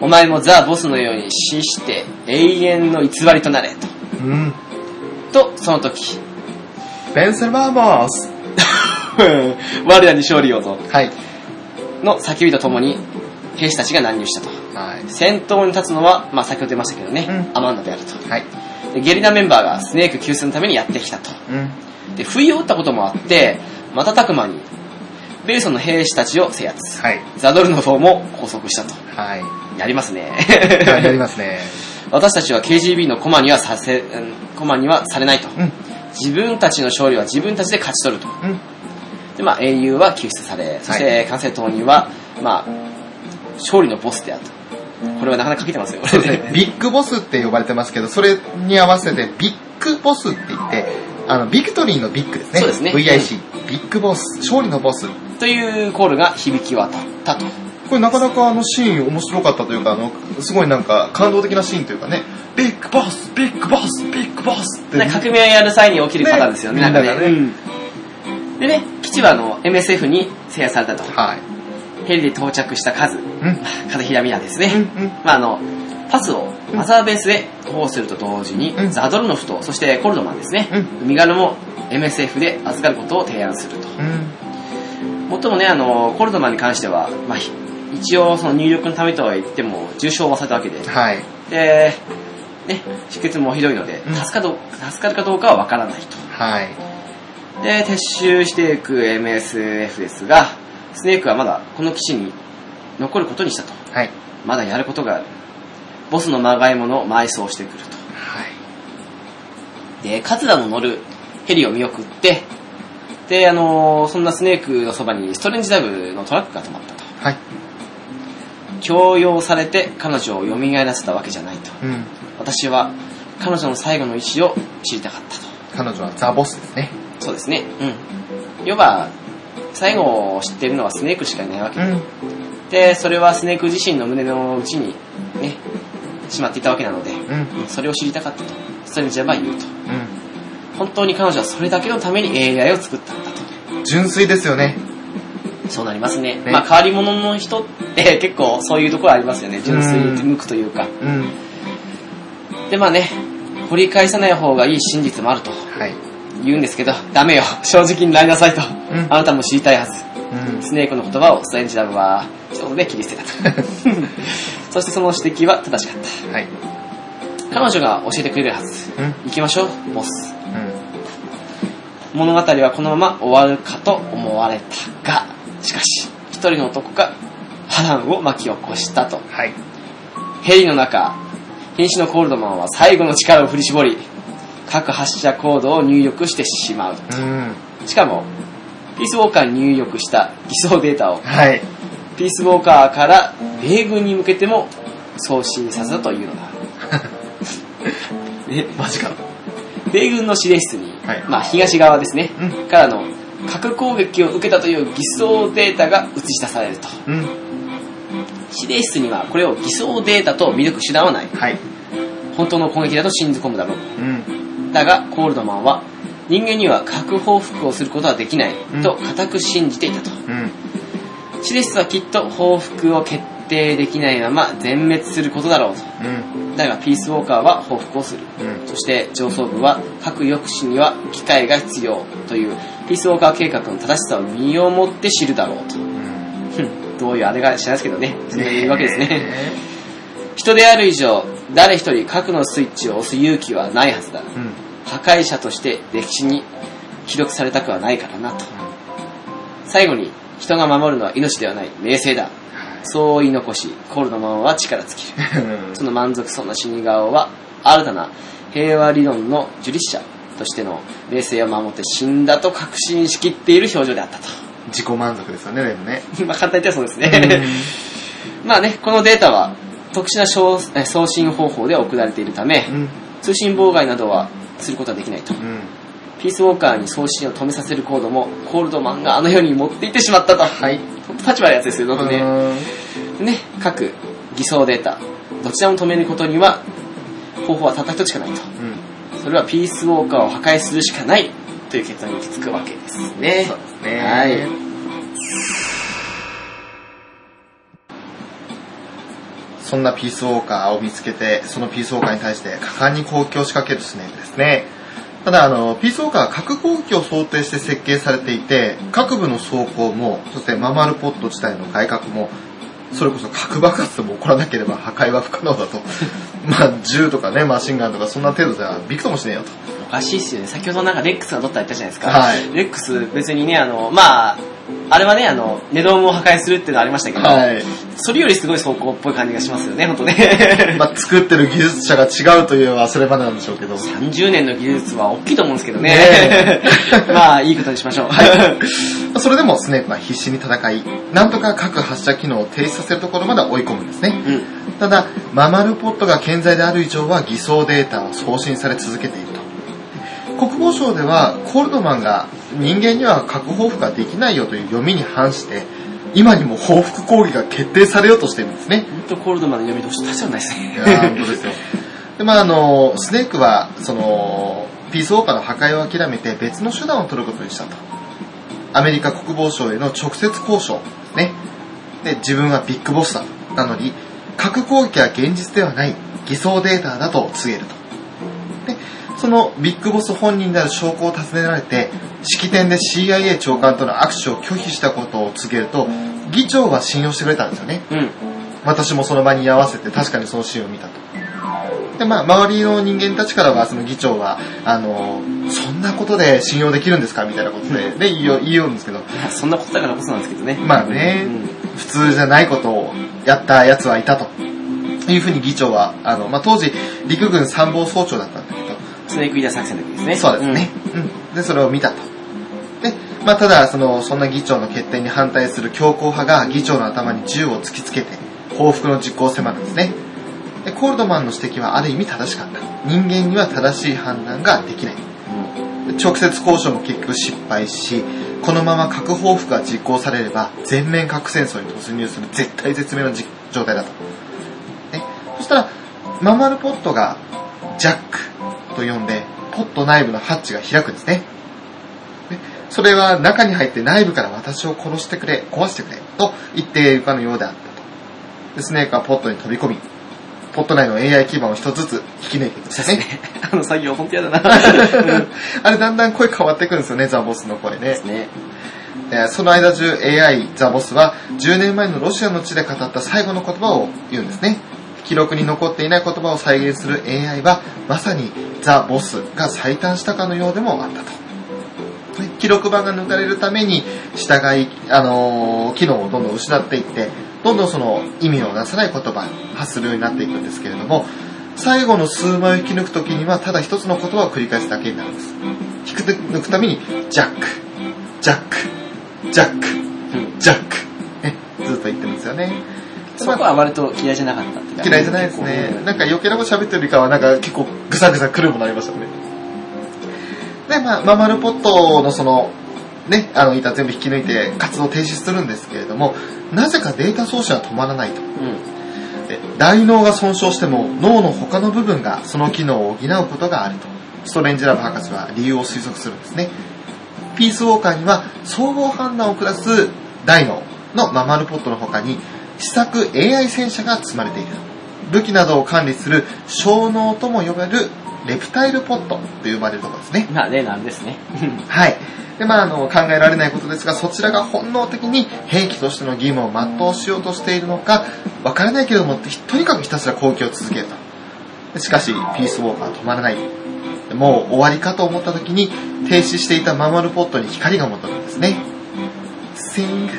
お前もザ・ボスのように死して永遠の偽りとなれと。うん。と、その時、 *laughs* ベンセルバーボース我らに勝利をと、はい。の叫びとともに、兵士たちが乱入したと。はい。先頭に立つのは、まあ先ほど出ましたけどね、うアマンダであると。はい。でゲリラメンバーがスネーク救出のためにやってきたと。うん。で、不意を打ったこともあって、瞬く間に、ベイソンの兵士たちを制圧。はい。ザドルノフォーも拘束したと。はい。やりますね。 *laughs* やりますね。私たちは KGB のコマにはさせ、うんコマにはされないと。うん。自分たちの勝利は自分たちで勝ち取ると。うん。で、まあ、英雄は救出され、そして、完成投入は、まあ、勝利のボスであると。これはなかなか書けてますよ、これねビッグボスって呼ばれてますけど、それに合わせてビッグボスって言って、あの、ビクトリーのビッグですね。そうですね VIC。ビッグボス。勝利のボス。 *laughs* というコールが響き渡ったと。これなかなかあのシーン面白かったというか、あの、すごいなんか感動的なシーンというかね、ビッグボスビッグボスビッグボスって。なんか革命をやる際に起きるパターンですよね、なねんかみんなね。がうんでね、基地はあの、MSF に制圧されたと。はい。ヘリで到着した数、うん。うん片平ミナですね。うん。まああの、パスをマザーベースへ通報すると同時に、うんザドルノフと、そしてコルドマンですね、うミガルも MSF で預かることを提案すると。うん。もっともね、あの、コルドマンに関しては、まあ、ひ一応その入力のためとは言っても、重傷を負わせたわけで、はい。で、ね、出血もひどいのでうん、助かどう助かるかどうかはわからないと。はい。で、撤収していく MSF ですが、スネークはまだこの基地に残ることにしたと。はい。まだやることがある。ボスのまがいものを埋葬してくると。はい。で、カズラの乗るヘリを見送って、で、あのーそんなスネークのそばにストレンジダブのトラックが止まったと。はい。強要されて彼女を蘇らせたわけじゃないと。うん。私は彼女の最後の意思を知りたかったと。彼女はザボスですね。そうですね。うん。要は、最後を知っているのはスネークしかいないわけうん。で、それはスネーク自身の胸の内にね、しまっていたわけなので、うん。それを知りたかったと。ストレンジダブは言うと。う本当に彼女はそれだけのために AI を作ったんだと。ん。純粋ですよね。そうなりますね。ねまあ、変わり者の人って結構そういうところありますよね。純粋に向くというか。うん。で、まあね、掘り返さない方がいい真実もあるとはい。言うんですけど、ダメよ。正直になりなさいと。んあなたも知りたいはず。うん。スネークの言葉をストレンジダブは、一言で切り捨てた *laughs* と。そしてその指摘は正しかった。はい。彼女が教えてくれるはず。うん。行きましょう、ボス。うん。物語はこのまま終わるかと思われたが、しかし、一人の男が波乱を巻き起こしたと。はい。ヘリの中、瀕死のコールドマンは最後の力を振り絞り、各発射コードを入力してしまう。うん。しかも、ピースウォーカーに入力した偽装データを、はい。ピースウォーカーから米軍に向けても送信させたというのだ。ねマジか。米軍の指令室に、はいまあ東側ですね、うんからの核攻撃を受けたという偽装データが映し出されると。うん。指令室にはこれを偽装データと見抜く手段はない。はい。本当の攻撃だと信じ込むだろう。うん。だが、コールドマンは、人間には核報復をすることはできないうんと固く信じていたと。うん。指令室はきっと報復を決定できないまま全滅することだろうと。うん。だが、ピースウォーカーは報復をする。うん。そして上層部は核抑止には機会が必要というピースウォーカー計画の正しさを身をもって知るだろうと。うん。ふんどういうあれが知らないですけどね。そういうわけですね。ね人である以上、誰一人核のスイッチを押す勇気はないはずだ。えうん。破壊者として歴史に記録されたくはないからなと。最後に、人が守るのは命ではない、名声だ。そう言い残し、コールドマンは力尽 *laughs* きる。 *laughs* その満足そうな死に顔は、新たな平和理論の樹立者としての名声を守って死んだと確信しきっている表情であったと。 *laughs* 自己満足ですよね、でもね。まあ簡単に言ったらそうですね。 *laughs* まあね、このデータは特殊な送え送信方法で送られているためう、ん。通信妨害などはすることはできないと。うん。ピースウォーカーに送信を止めさせるコードも、コールドマンがあの世に持っていってしまったと。はい。ほんと立場のやつですよ、僕ね。ね、各偽装データ、どちらも止めることには、方法はたった一つしかないと。うん。それはピースウォーカーを破壊するしかないという結論に行き着くわけですね。そうですね。はいそんなピースウォーカーを見つけて、そのピースウォーカーに対して果敢に攻撃を仕掛けるスネークですね。ただ、あの、ピースウォーカーは核攻撃を想定して設計されていて、各部の装甲も、そしてママルポット自体の外角も、それこそ核爆発も起こらなければ破壊は不可能だ *laughs* と。まあ、銃とかね、マシンガンとかそんな程度じゃびくともしねえよと。おかしいっすよね。先ほどなんかレックスがどったら言ったじゃないですか。はいレックス別にね、あの、まあ、あれはね、あの、ネドームを破壊するっていうのありましたけど、はい。それよりすごい走行っぽい感じがしますよね、本当ね。まあ、作ってる技術者が違うといえばそれまでなんでしょうけど。 30年の技術は大きいと思うんですけどね。ね *laughs* まあ、いいことにしましょう。それでもスネープは必死に戦い、なんとか各発射機能を停止させるところまで追い込むんですね。うん。ただ、ママルポットが健在である以上は偽装データは送信され続けていると。国防省ではコールドマンが人間には核報復ができないよという読みに反して、今にも報復抗議が決定されようとしてるんですね。本当コールドマンの読み通し出しゃないですいやー、本ね。当ですよ。 *laughs* で、まああの、スネークは、その、ピースウォーカーの破壊を諦めて別の手段を取ることにしたと。アメリカ国防省への直接交渉、ね。で、自分はビッグボスだ。なのに、核攻撃は現実ではない、偽装データだと告げると。で、そのビッグボス本人である証拠を尋ねられて、式典で CIA 長官との握手を拒否したことを告げると、議長は信用してくれたんですよね。うん。私もその場に居合わせて確かにそのシーンを見たと。で、まあ、周りの人間たちからは、その議長は、あの、そんなことで信用できるんですかみたいなことで、で、言いよう、言いようんですけど、まあそんなことだからこそなんですけどね。まあねうん普通じゃないことをやった奴はいたと。いうふうに議長は、あの、まあ、当時、陸軍参謀総長だったんだけど、スネークイーダー作戦の時ですね。そうですね。うん。で、それを見たと。で、まあ、ただ、その、そんな議長の決定に反対する強硬派が議長の頭に銃を突きつけて、報復の実行を迫るんですね。で、コールドマンの指摘はある意味正しかった。人間には正しい判断ができない。うん。で直接交渉も結局失敗し、このまま核報復が実行されれば、全面核戦争に突入する絶対絶命のじ状態だと。ね、そしたら、ママルポットが、ジャックと呼んで、ポット内部のハッチが開くんですね。でそれは中に入って内部から私を殺してくれ、壊してくれ、と言っているかのようであったと。でスネークはポットに飛び込み、ポット内の AI 基盤を一つずつ引き抜いていくんでそうですすねね。。あの作業本当嫌だ *laughs* な。あれだんだん声変わってくるんですよね、ザボスの声でねす。ね。えーその間中 AI ザボスは10年前のロシアの地で語った最後の言葉を言うんですね。記録に残っていない言葉を再現する AI はまさにザ・ボスが最短したかのようでもあったと。で記録版が抜かれるために従い、あのー機能をどんどん失っていって、どんどんその意味をなさない言葉に発するようになっていくんですけれども、最後の数枚を引き抜くときにはただ一つの言葉を繰り返すだけになるんです。引き抜くためにジャック、ジャック、ジャック、うん。ジャック。ね、ずっと言ってるんですよね。そこは割と嫌いじゃなかったって感嫌いじゃないですね。なんか余計なこと喋ってるよりかは、なんか結構ぐさぐさくるものありましたね。で、まあ、ママルポットのその、ね、あの板全部引き抜いて活動停止するんですけれども、なぜかデータ送信は止まらないと。うん。で大脳が損傷しても脳の他の部分がその機能を補うことがあるとストレンジラブ博士は理由を推測するんですねピースウォーカーには総合判断を下す大脳のママルポットの他に試作 AI 戦車が積まれている武器などを管理する小脳とも呼ばれるレプタイルポットと呼ばれるところですねまあね、なんですね。はい。で、まあ、あの、考えられないことですが、そちらが本能的に兵器としての義務を全うしようとしているのか、わからないけれども、とにかくひたすら攻撃を続けると。でしかし、ピースウォーカーは止まらない。でもう終わりかと思った時に、停止していたママルポットに光が戻るんですね。Sing,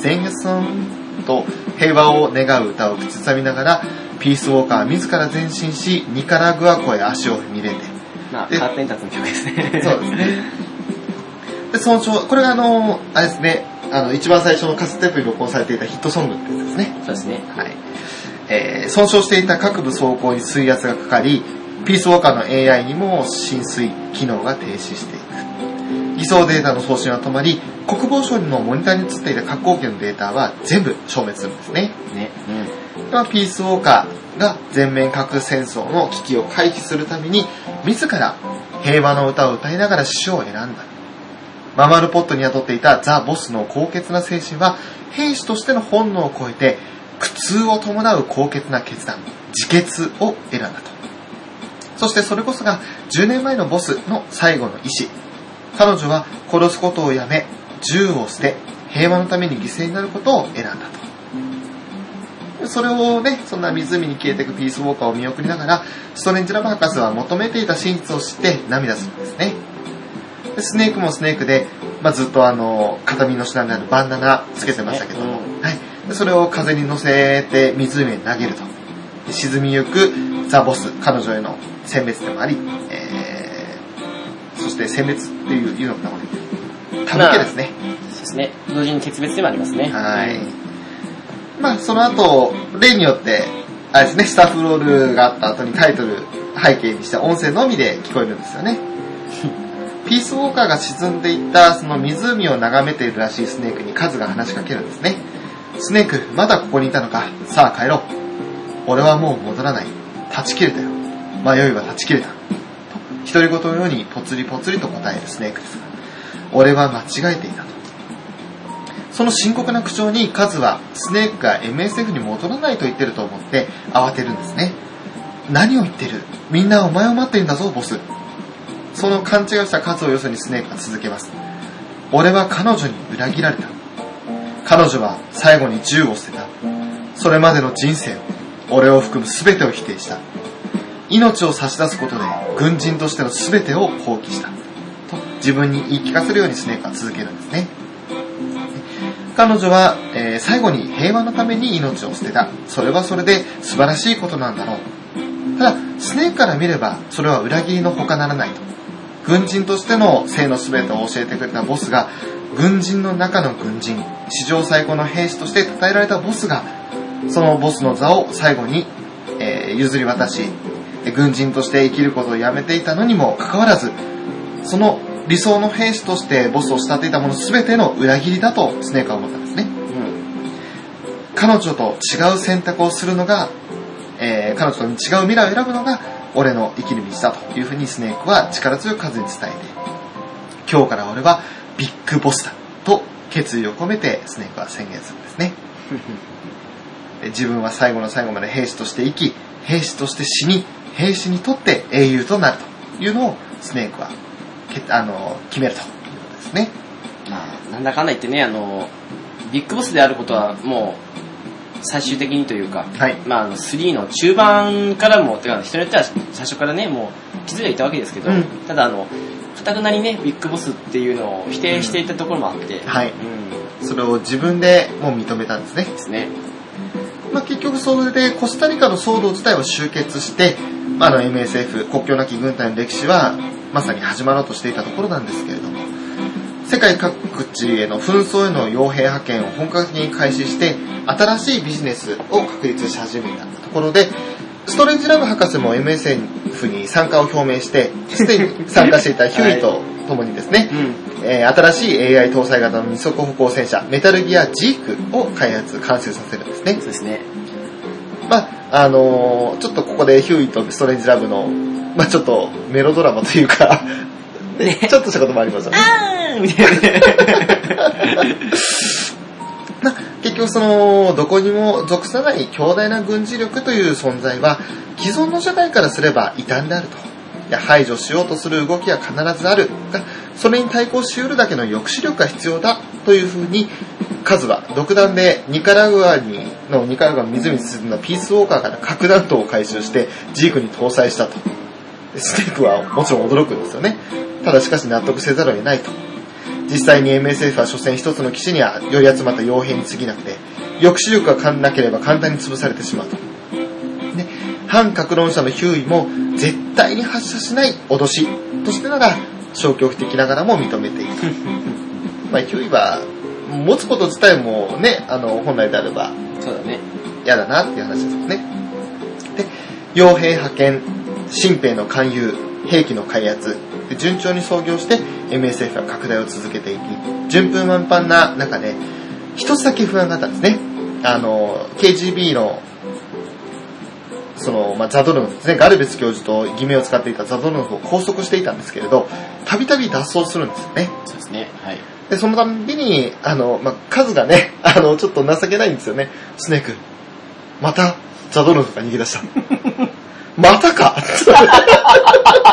sing a song と平和を願う歌を口ずさみながら、ピースウォーカーは自ら前進し、ニカラグア湖へ足を踏み入れて、まあ、カでーペンターズの曲ですね。そうですね。で、そのちょうこれがあの、あれですね、あの、一番最初のカセットテープに録音されていたヒットソングってやつですね。そうですね。はい。えー、損傷していた各部走行に水圧がかかり、ピースウォーカーの AI にも浸水、機能が停止していく。偽装データの送信は止まり、国防省のモニターに映っていた核攻撃のデータは全部消滅するんですね。ね。まあ、ピースウォーカーが全面核戦争の危機を回避するために、自ら平和の歌を歌いながら死を選んだ。ママルポットに雇っていたザ・ボスの高潔な精神は、兵士としての本能を超えて、苦痛を伴う高潔な決断、自決を選んだと。そしてそれこそが10年前のボスの最後の意志。彼女は殺すことをやめ、銃を捨て、平和のために犠牲になることを選んだと。それをね、そんな湖に消えていくピースウォーカーを見送りながら、ストレンジラブ博士は求めていた真実を知って涙するんですね。でスネークもスネークで、まあ、ずっとあの、形見の品になるバンダナつけてましたけども、そうですはい。でそれを風に乗せて湖に投げると。で沈みゆくザ・ボス、彼女への選別でもあり、えー、そして選別っていういうのかな、これ。たぶけですね。そうですね。同時に決別でもありますね。はいうん。まあ、その後、例によって、あれですね、スタッフロールがあった後にタイトル背景にした音声のみで聞こえるんです *laughs* よね。ピースウォーカーが沈んでいったその湖を眺めているらしいスネークにカズが話しかけるんですね。スネーク、まだここにいたのか。さあ帰ろう。俺はもう戻らない。断ち切れたよ。迷いは断ち切れた。と、独り言のようにぽつりぽつりと答えるスネークですが、俺は間違えていたと。その深刻な口調にカズはスネークが MSF に戻らないと言ってると思って慌てるんですね。何を言ってるみんなお前を待ってるんだぞ、ボス。その勘違いしたカズをよそにスネークは続けます。俺は彼女に裏切られた。彼女は最後に銃を捨てた。それまでの人生を、俺を含む全てを否定した。命を差し出すことで軍人としての全てを放棄した。と自分に言い聞かせるようにスネークは続けるんですね。彼女は、えー最後に平和のために命を捨てた。それはそれで素晴らしいことなんだろう。ただ、スネークから見れば、それは裏切りの他ならないと。軍人としての性の全てを教えてくれたボスが、軍人の中の軍人、史上最高の兵士として称えられたボスが、そのボスの座を最後に、えー譲り渡し、軍人として生きることをやめていたのにもかかわらず、その理想の兵士としてボスを慕っていたもの全ての裏切りだとスネークは思ったんですね。彼女と違う選択をするのが、えー彼女と違う未来を選ぶのが俺の生きる道だというふうにスネークは力強く風に伝えて、今日から俺はビッグボスだと決意を込めてスネークは宣言するんですね。で自分は最後の最後まで兵士として生き、兵士として死に、兵士にとって英雄となるというのをスネークはけあの決めるということですね。まあ、なんだかんだ言ってね、あの、ビッグボスであることはもう、最終的にというか、はい。まあ、あの3の中盤からも、てか人によっては最初からね、もう気づいていたわけですけど、うんただあの、かたくなにね、ビッグボスっていうのを否定していたところもあって、はうい。ん、でそれを自分でもう認めたんですね。すね。まあ、結局それでコスタリカの騒動自体は終結して、まあ、あの MSF 国境なき軍隊の歴史はまさに始まろうとしていたところなんですけれども世界各地への紛争への傭兵派遣を本格的に開始して新しいビジネスを確立し始めたところでストレンジラブ博士も MSF に参加を表明してすでに参加していたヒューイと共にですね、うん。えー新しい AI 搭載型の二足歩行戦車メタルギアジークを開発完成させるんですねそうですね。まああのーちょっとここでヒューイとストレンジラブの、まあ、ちょっとメロドラマというか、 *laughs* ちょっとしたこともありますよね。あーみたいなね。まあ結局その、どこにも属さない強大な軍事力という存在は、既存の社会からすれば異端であると。いや排除しようとする動きは必ずあるが、それに対抗しうるだけの抑止力が必要だというふうに、カズは独断でニカラグアにのニカラグアの湖に進んだピースウォーカーから核弾頭を回収してジークに搭載したと。ステークはもちろん驚くんですよね。ただしかし納得せざるを得ないと。実際に MSF は所詮一つの基地には寄り集まった傭兵に過ぎなくて、抑止力がかんなければ簡単に潰されてしまうと。ね、反格論者のヒューイも絶対に発射しない脅しとしてなら消極的ながらも認めている。まあヒューイは持つこと自体もね、あの、本来であればそうだね。嫌だなっていう話ですよね。で、傭兵派遣、新兵の勧誘、兵器の開発、で順調に創業して MSF は拡大を続けていき、順風満帆な中で、一つだけ不安があったんですね。あの、KGB の、その、まあ、ザドルノフですね、ガルベス教授と偽名を使っていたザドルノフを拘束していたんですけれど、たびたび脱走するんですよね。そうですね。はい。で、そのたんびに、あの、まあ、数がね、 *laughs* あの、ちょっと情けないんですよね。スネーク、また、ザドルフが逃げ出した。 *laughs* またか *laughs*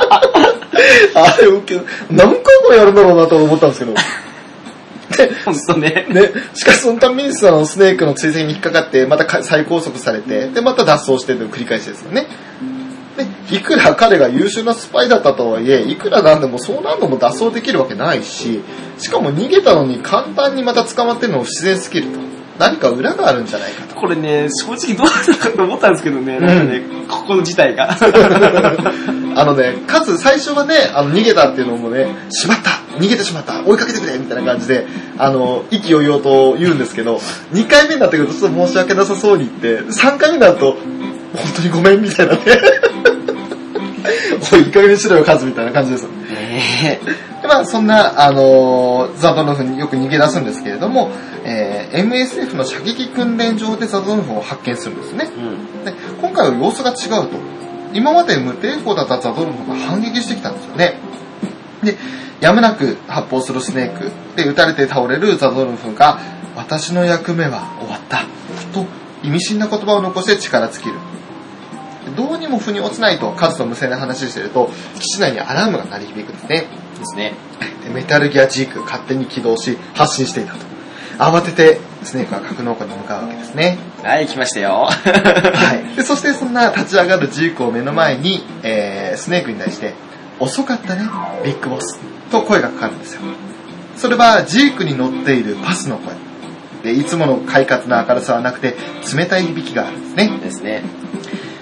あれ、ウケる何回もやるんだろうなと思ったんですけど。ほんとね。ね、しかしそのたんびにそのスネークの追跡に引っかかって、またか再拘束されて、で、また脱走してという繰り返しですよね。ね、いくら彼が優秀なスパイだったとはいえ、いくらなんでもそう何度も脱走できるわけないし、しかも逃げたのに簡単にまた捕まってるのも不自然すぎると。何か裏があるんじゃないかと。これね、正直どうなのかと思ったんですけどね、なんかね、ここの事態が。あのね、かつ最初はね、あの逃げたっていうのもね、しまった逃げてしまった追いかけてくれみたいな感じで、あの、意気揚々と言うんですけど、2回目になってくるとちょっと申し訳なさそうに言って、3回目になると、本当にごめんみたいなね。おい、いい加減にしろよ、カズみたいな感じです。ねでまあ、そんな、あのーザドノフによく逃げ出すんですけれども、えー MSF の射撃訓練場でザドノフを発見するんですねえ。うん。で今回は様子が違うと。今まで無抵抗だったザドルフが反撃してきたんですよね。で、やむなく発砲するスネークで撃たれて倒れるザドルフが、私の役目は終わった。と意味深な言葉を残して力尽きる。どうにも腑に落ちないとカズと無線で話してると、基地内にアラームが鳴り響くんですね。ですね。でメタルギアジーク勝手に起動し発信していたと。慌ててスネークは格納庫に向かうわけですね。はい、来ましたよ。はい。で、そしてそんな立ち上がるジークを目の前に、えー、スネークに対して、遅かったね、ビッグボス。と声がかかるんですよ。それはジークに乗っているパスの声。で、いつもの快活な明るさはなくて、冷たい響きがあるんですね。ですね。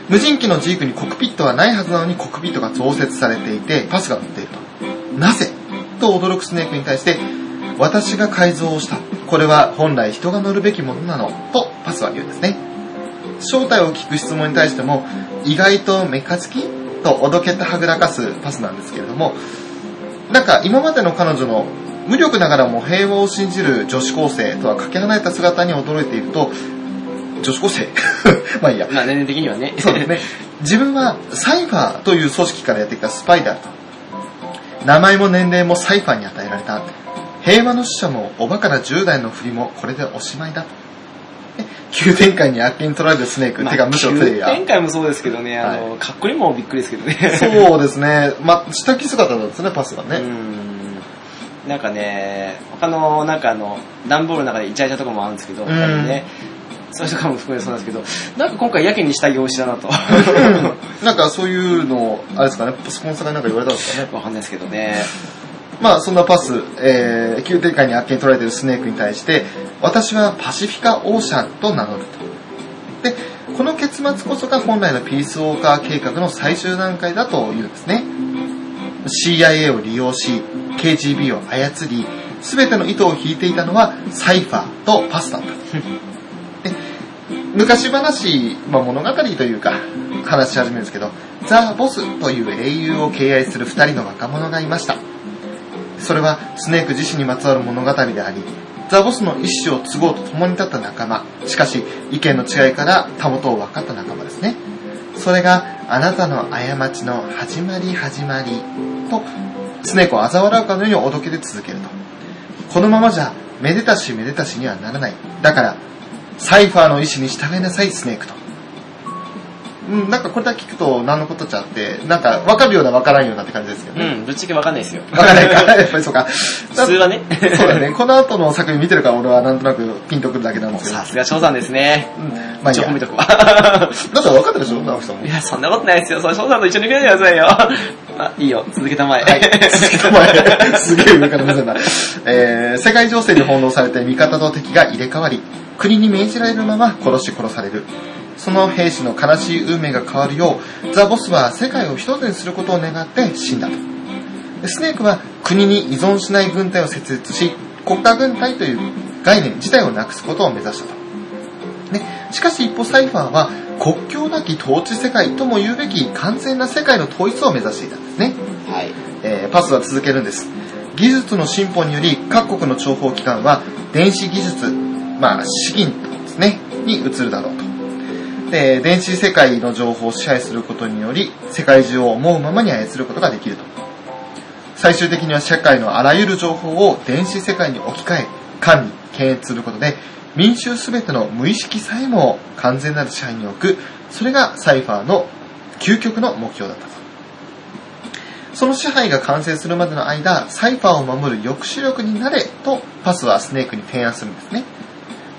無人機のジークにコクピットはないはずなのにコクピットが増設されていて、パスが乗っていると。なぜと驚くスネークに対して、私が改造をした。これは本来人が乗るべきものなの。と、パスは言うんですね。正体を聞く質問に対しても、意外とメカ好きとおどけてはぐらかすパスなんですけれども、なんか今までの彼女の無力ながらも平和を信じる女子高生とはかけ離れた姿に驚いていると、女子高生 *laughs* まあいいや。まあ、年齢的にはね。そうですね。自分はサイファーという組織からやってきたスパイであると。名前も年齢もサイファーに与えられた。平和の使者もおバカな10代の振りもこれでおしまいだ。ね急展開にあっけに取られるスネー *laughs* ク、まあてかむしろプレイヤー前。回もそうですけどね、あの、かっこいいもびっくりですけどね。そうですね。まあ、下着姿なんですね、パスがうね。ん。なんかね、他の、なんかあの、段ボールの中でイチャイチャとかもあるんですけど、うん他にね、それとかも含めそうなんですけど、なんか今回やけに下着をしだ *laughs* なと。なんかそういうのを、あれですかね、スポンサーがなんか言われたんですかね。わかんないですけどね。まあ、そんなパス、えー、急展開にあっけに取られてるスネークに対して、私はパシフィカオーシャンと名乗ると。で、この結末こそが本来のピースウォーカー計画の最終段階だというんですね。CIA を利用し、KGB を操り、すべての糸を引いていたのはサイファーとパスだった。で昔話、まあ、物語というか、話し始めるんですけど、ザ・ボスという英雄を敬愛する二人の若者がいました。それはスネーク自身にまつわる物語であり、ザ・ボスの意志を継ごうと共に立った仲間、しかし意見の違いからたもとを分かった仲間ですね。それがあなたの過ちの始まり始まりと、スネークを嘲笑うかのようにおどけて続けると。このままじゃ、めでたしめでたしにはならない。だから、サイファーの意志に従いなさい、スネークと。うん、なんかこれだけ聞くと何のことちゃって、なんか分かるような分からんようなって感じですけどうね。ん、ぶっちゃけわかんないですよ。分からないから、やっぱりそうか。普通はね。そうだね。この後の作品見てるから俺はなんとなくピンとくるだけなんですけど。さすが翔さんですね。うんまあいい一応や。褒めだとこわ。って分かったでしょ直樹さん *laughs* も。いや、そんなことないですよ。それ翔さんと一緒に見ないでくださいよ。 *laughs* あ、いいよ。続けたまえ。はい。すげえ上から目線だ。えー、世界情勢に翻弄されて味方と敵が入れ替わり、国に命じられるまま殺し殺される。その兵士の悲しい運命が変わるよう、ザ・ボスは世界を一つにすることを願って死んだと。スネークは国に依存しない軍隊を設立し、国家軍隊という概念自体をなくすことを目指したと。ね、しかし一方サイファーは国境なき統治世界とも言うべき完全な世界の統一を目指していたんですね。はい。えーパスは続けるんです。技術の進歩により各国の諜報機関は電子技術、まあ資金ですね、に移るだろうと。で、電子世界の情報を支配することにより世界中を思うままに操ることができると。最終的には社会のあらゆる情報を電子世界に置き換え、管理、検閲することで民衆すべての無意識さえも完全なる支配に置く、それがサイファーの究極の目標だったと。その支配が完成するまでの間、サイファーを守る抑止力になれとパスはスネークに提案するんですね。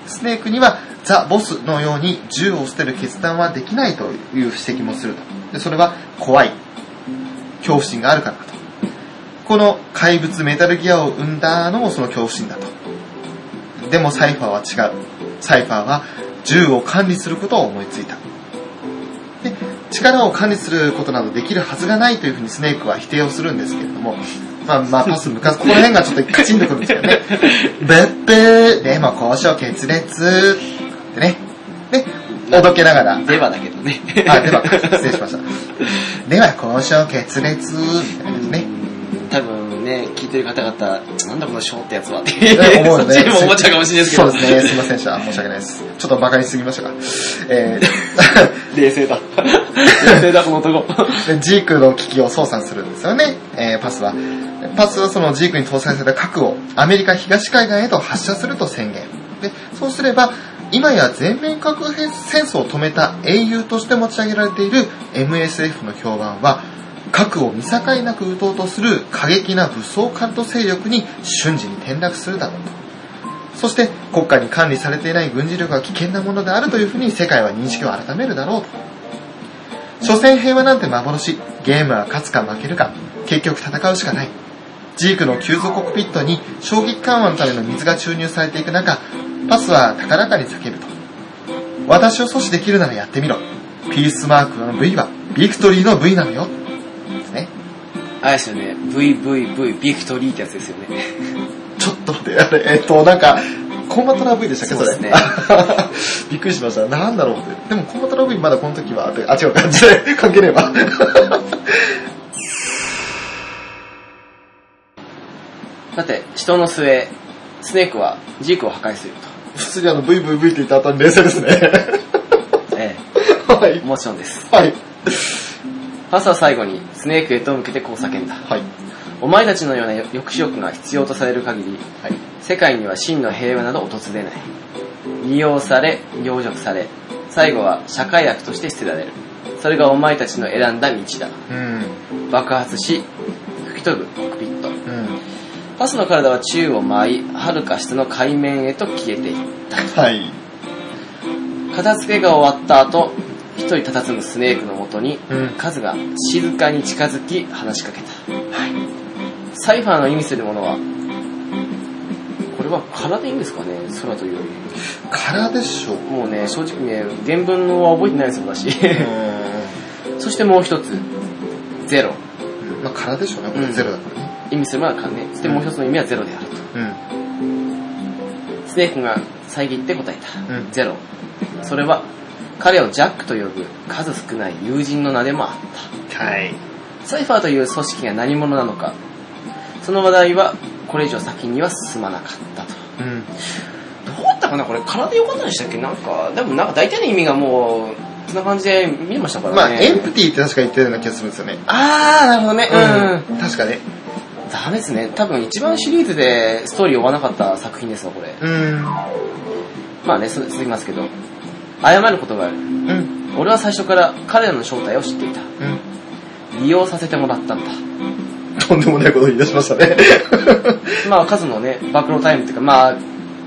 ススネークにはザ・ボスのように銃を捨てる決断はできないという指摘もすると。でそれは怖い。恐怖心があるからだと。この怪物メタルギアを生んだのもその恐怖心だと。でもサイファーは違う。サイファーは銃を管理することを思いついた。で力を管理することなどできるはずがないというふうにスネークは否定をするんですけれども、まあまあパス昔、この辺がちょっとカチンとくるんですけどね。ブッブーでも交渉決裂ってね。で、おどけながら、デバだけどね。あ、では、失礼しました。では、交渉決裂みたいなですね。多分ね、聞いてる方々、なんだこのショーってやつはって、思う *laughs* そよっねちにも思っちゃうかもしれないですけそうど、ですね。すいませんでした。申し訳ないです。ちょっと馬鹿にしすぎましたが。え冷静 *laughs* だ。冷静だ、この男。ーで *laughs* ジークの機器を操作するんですよね。えーパスは。パスはそのジークに搭載された核をアメリカ東海岸へと発射すると宣言。で、そうすれば、今や全面核兵戦争を止めた英雄として持ち上げられている MSF の評判は、核を見境なく撃とうとする過激な武装カルト勢力に瞬時に転落するだろうと。そして国家に管理されていない軍事力は危険なものであるというふうに世界は認識を改めるだろうと。所詮平和なんて幻。ゲームは勝つか負けるか。結局戦うしかない。ジークの急速コックピットに衝撃緩和のための水が注入されていく中、パスは高らかに叫ぶと。私を阻止できるならやってみろ。ピースマークの V はビクトリーの V なのよ。ですね。あれですよね、VVV、ビクトリーってやつですよね。ちょっと待って、あれ、えっと、なんか、コンバトラ V でしたっけ、それ。そうで *laughs* びっくりしました。なんだろうって。でも、コンバトラ V まだこの時は、あ、てあ違う、感じで、関係ねえわ。 *laughs* だって、人の末、スネークはジークを破壊する普通にあの、VVV って言った後に冷静ですね。と。*laughs* えはえ、い。もちろんです。はい。パスは最後に、スネークへと向けてこう叫んだ。はい。お前たちのような抑止力が必要とされる限り、はい。世界には真の平和など訪れない。利用され、養殖され、最後は社会悪として捨てられる。それがお前たちの選んだ道だ。うん。爆発し、吹き飛ぶコックピット。うん。パスの体は宙を舞い、遥か下の海面へと消えていく。はい。片付けが終わった後、一人佇むスネークのもとに、うん。カズが静かに近づき話しかけた。サイファーの意味するものは、これは空でいいんですかね空というより。からでしょう。もうね、正直ね、原文のは覚えてないですもんだし。*laughs* うそしてもう一つ、ゼロ。ん。まあ、からでしょうね。これゼロだからね。意味するものは完ね。そしてもう一つの意味はゼロであると。うん。スネークが遮って答えた。うんゼロ。それは、彼をジャックと呼ぶ数少ない友人の名でもあった。はい。サイファーという組織が何者なのか、その話題はこれ以上先には進まなかったと。うん。どうだったかなこれ、空でよかったでしたっけなんか、でもなんか大体の意味がもう、そんな感じで見えましたからね。まあ、エンプティって確か言ってるような気がするんですよね。あー、なるほどね。うん。うん。確かね。ダメですね。多分一番シリーズでストーリーを追わなかった作品ですわ、これ。うん。まあね、そ続きますけど。謝ることがある。うん。俺は最初から彼らの正体を知っていた。うん。利用させてもらったんだ。とんでもないことを言い出しましたね。まあ、数のね、暴露タイムっていうか、まあ、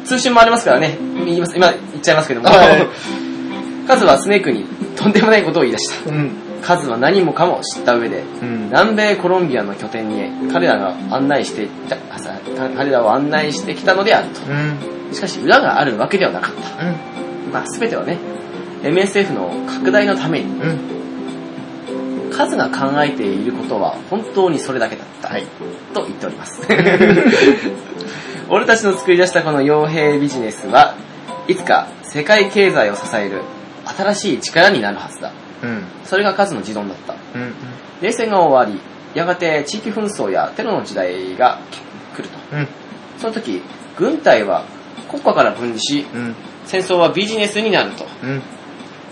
通信もありますからね、言います今言っちゃいますけども、はい *laughs* カズはスネークにとんでもないことを言い出した。うん。カズは何もかも知った上で、うん。南米コロンビアの拠点に彼らが案内していた、あさ彼らを案内してきたのであると。うん。しかし裏があるわけではなかった。まあ、すべてはね、MSF の拡大のために、うん。カズが考えていることは本当にそれだけだった。はい。と言っております。 *laughs* 俺たちの作り出したこの傭兵ビジネスはいつか世界経済を支える新しい力になるはずだ。うん。それが数の持論だった。うん。冷戦が終わり、やがて地域紛争やテロの時代が来ると。うん。その時、軍隊は国家から分離し、うん。戦争はビジネスになると。うん。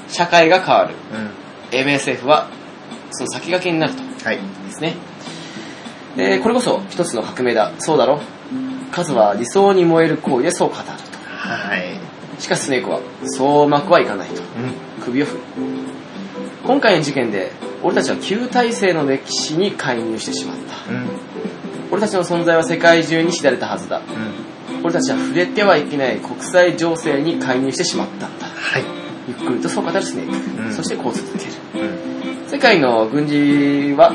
社会が変わる。うん。 MSF はその先駆けになると。はい。ですね。で、これこそ一つの革命だ。そうだろ数は理想に燃える行為でそう語ると。はい。しかしスネークは、そううまくはいかないと。うん。首を振る。今回の事件で、俺たちは旧体制の歴史に介入してしまった。うん。俺たちの存在は世界中に知られたはずだ。うん。俺たちは触れてはいけない国際情勢に介入してしまったんだ。はい。ゆっくりとそう語るスネーク。うんそしてこう続ける。うん。世界の軍事は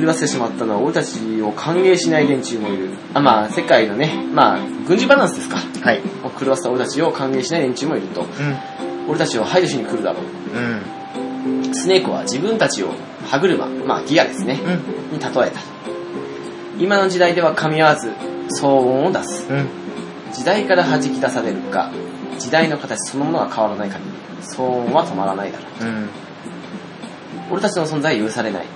狂わせてしまったのは俺たちを歓迎しない連中もいる。あ、まあ世界のね、まあ軍事バランスですか。はい。を狂わせた俺たちを歓迎しない連中もいると。う俺たちを排除しに来るだろう。ん。うん。スネークは自分たちを歯車、まあギアですね、うん。に例えた。今の時代では噛み合わず、騒音を出す。うん。時代から弾き出されるか、時代の形そのものは変わらない限り、騒音は止まらないだろう。うん。俺たちの存在は許されない。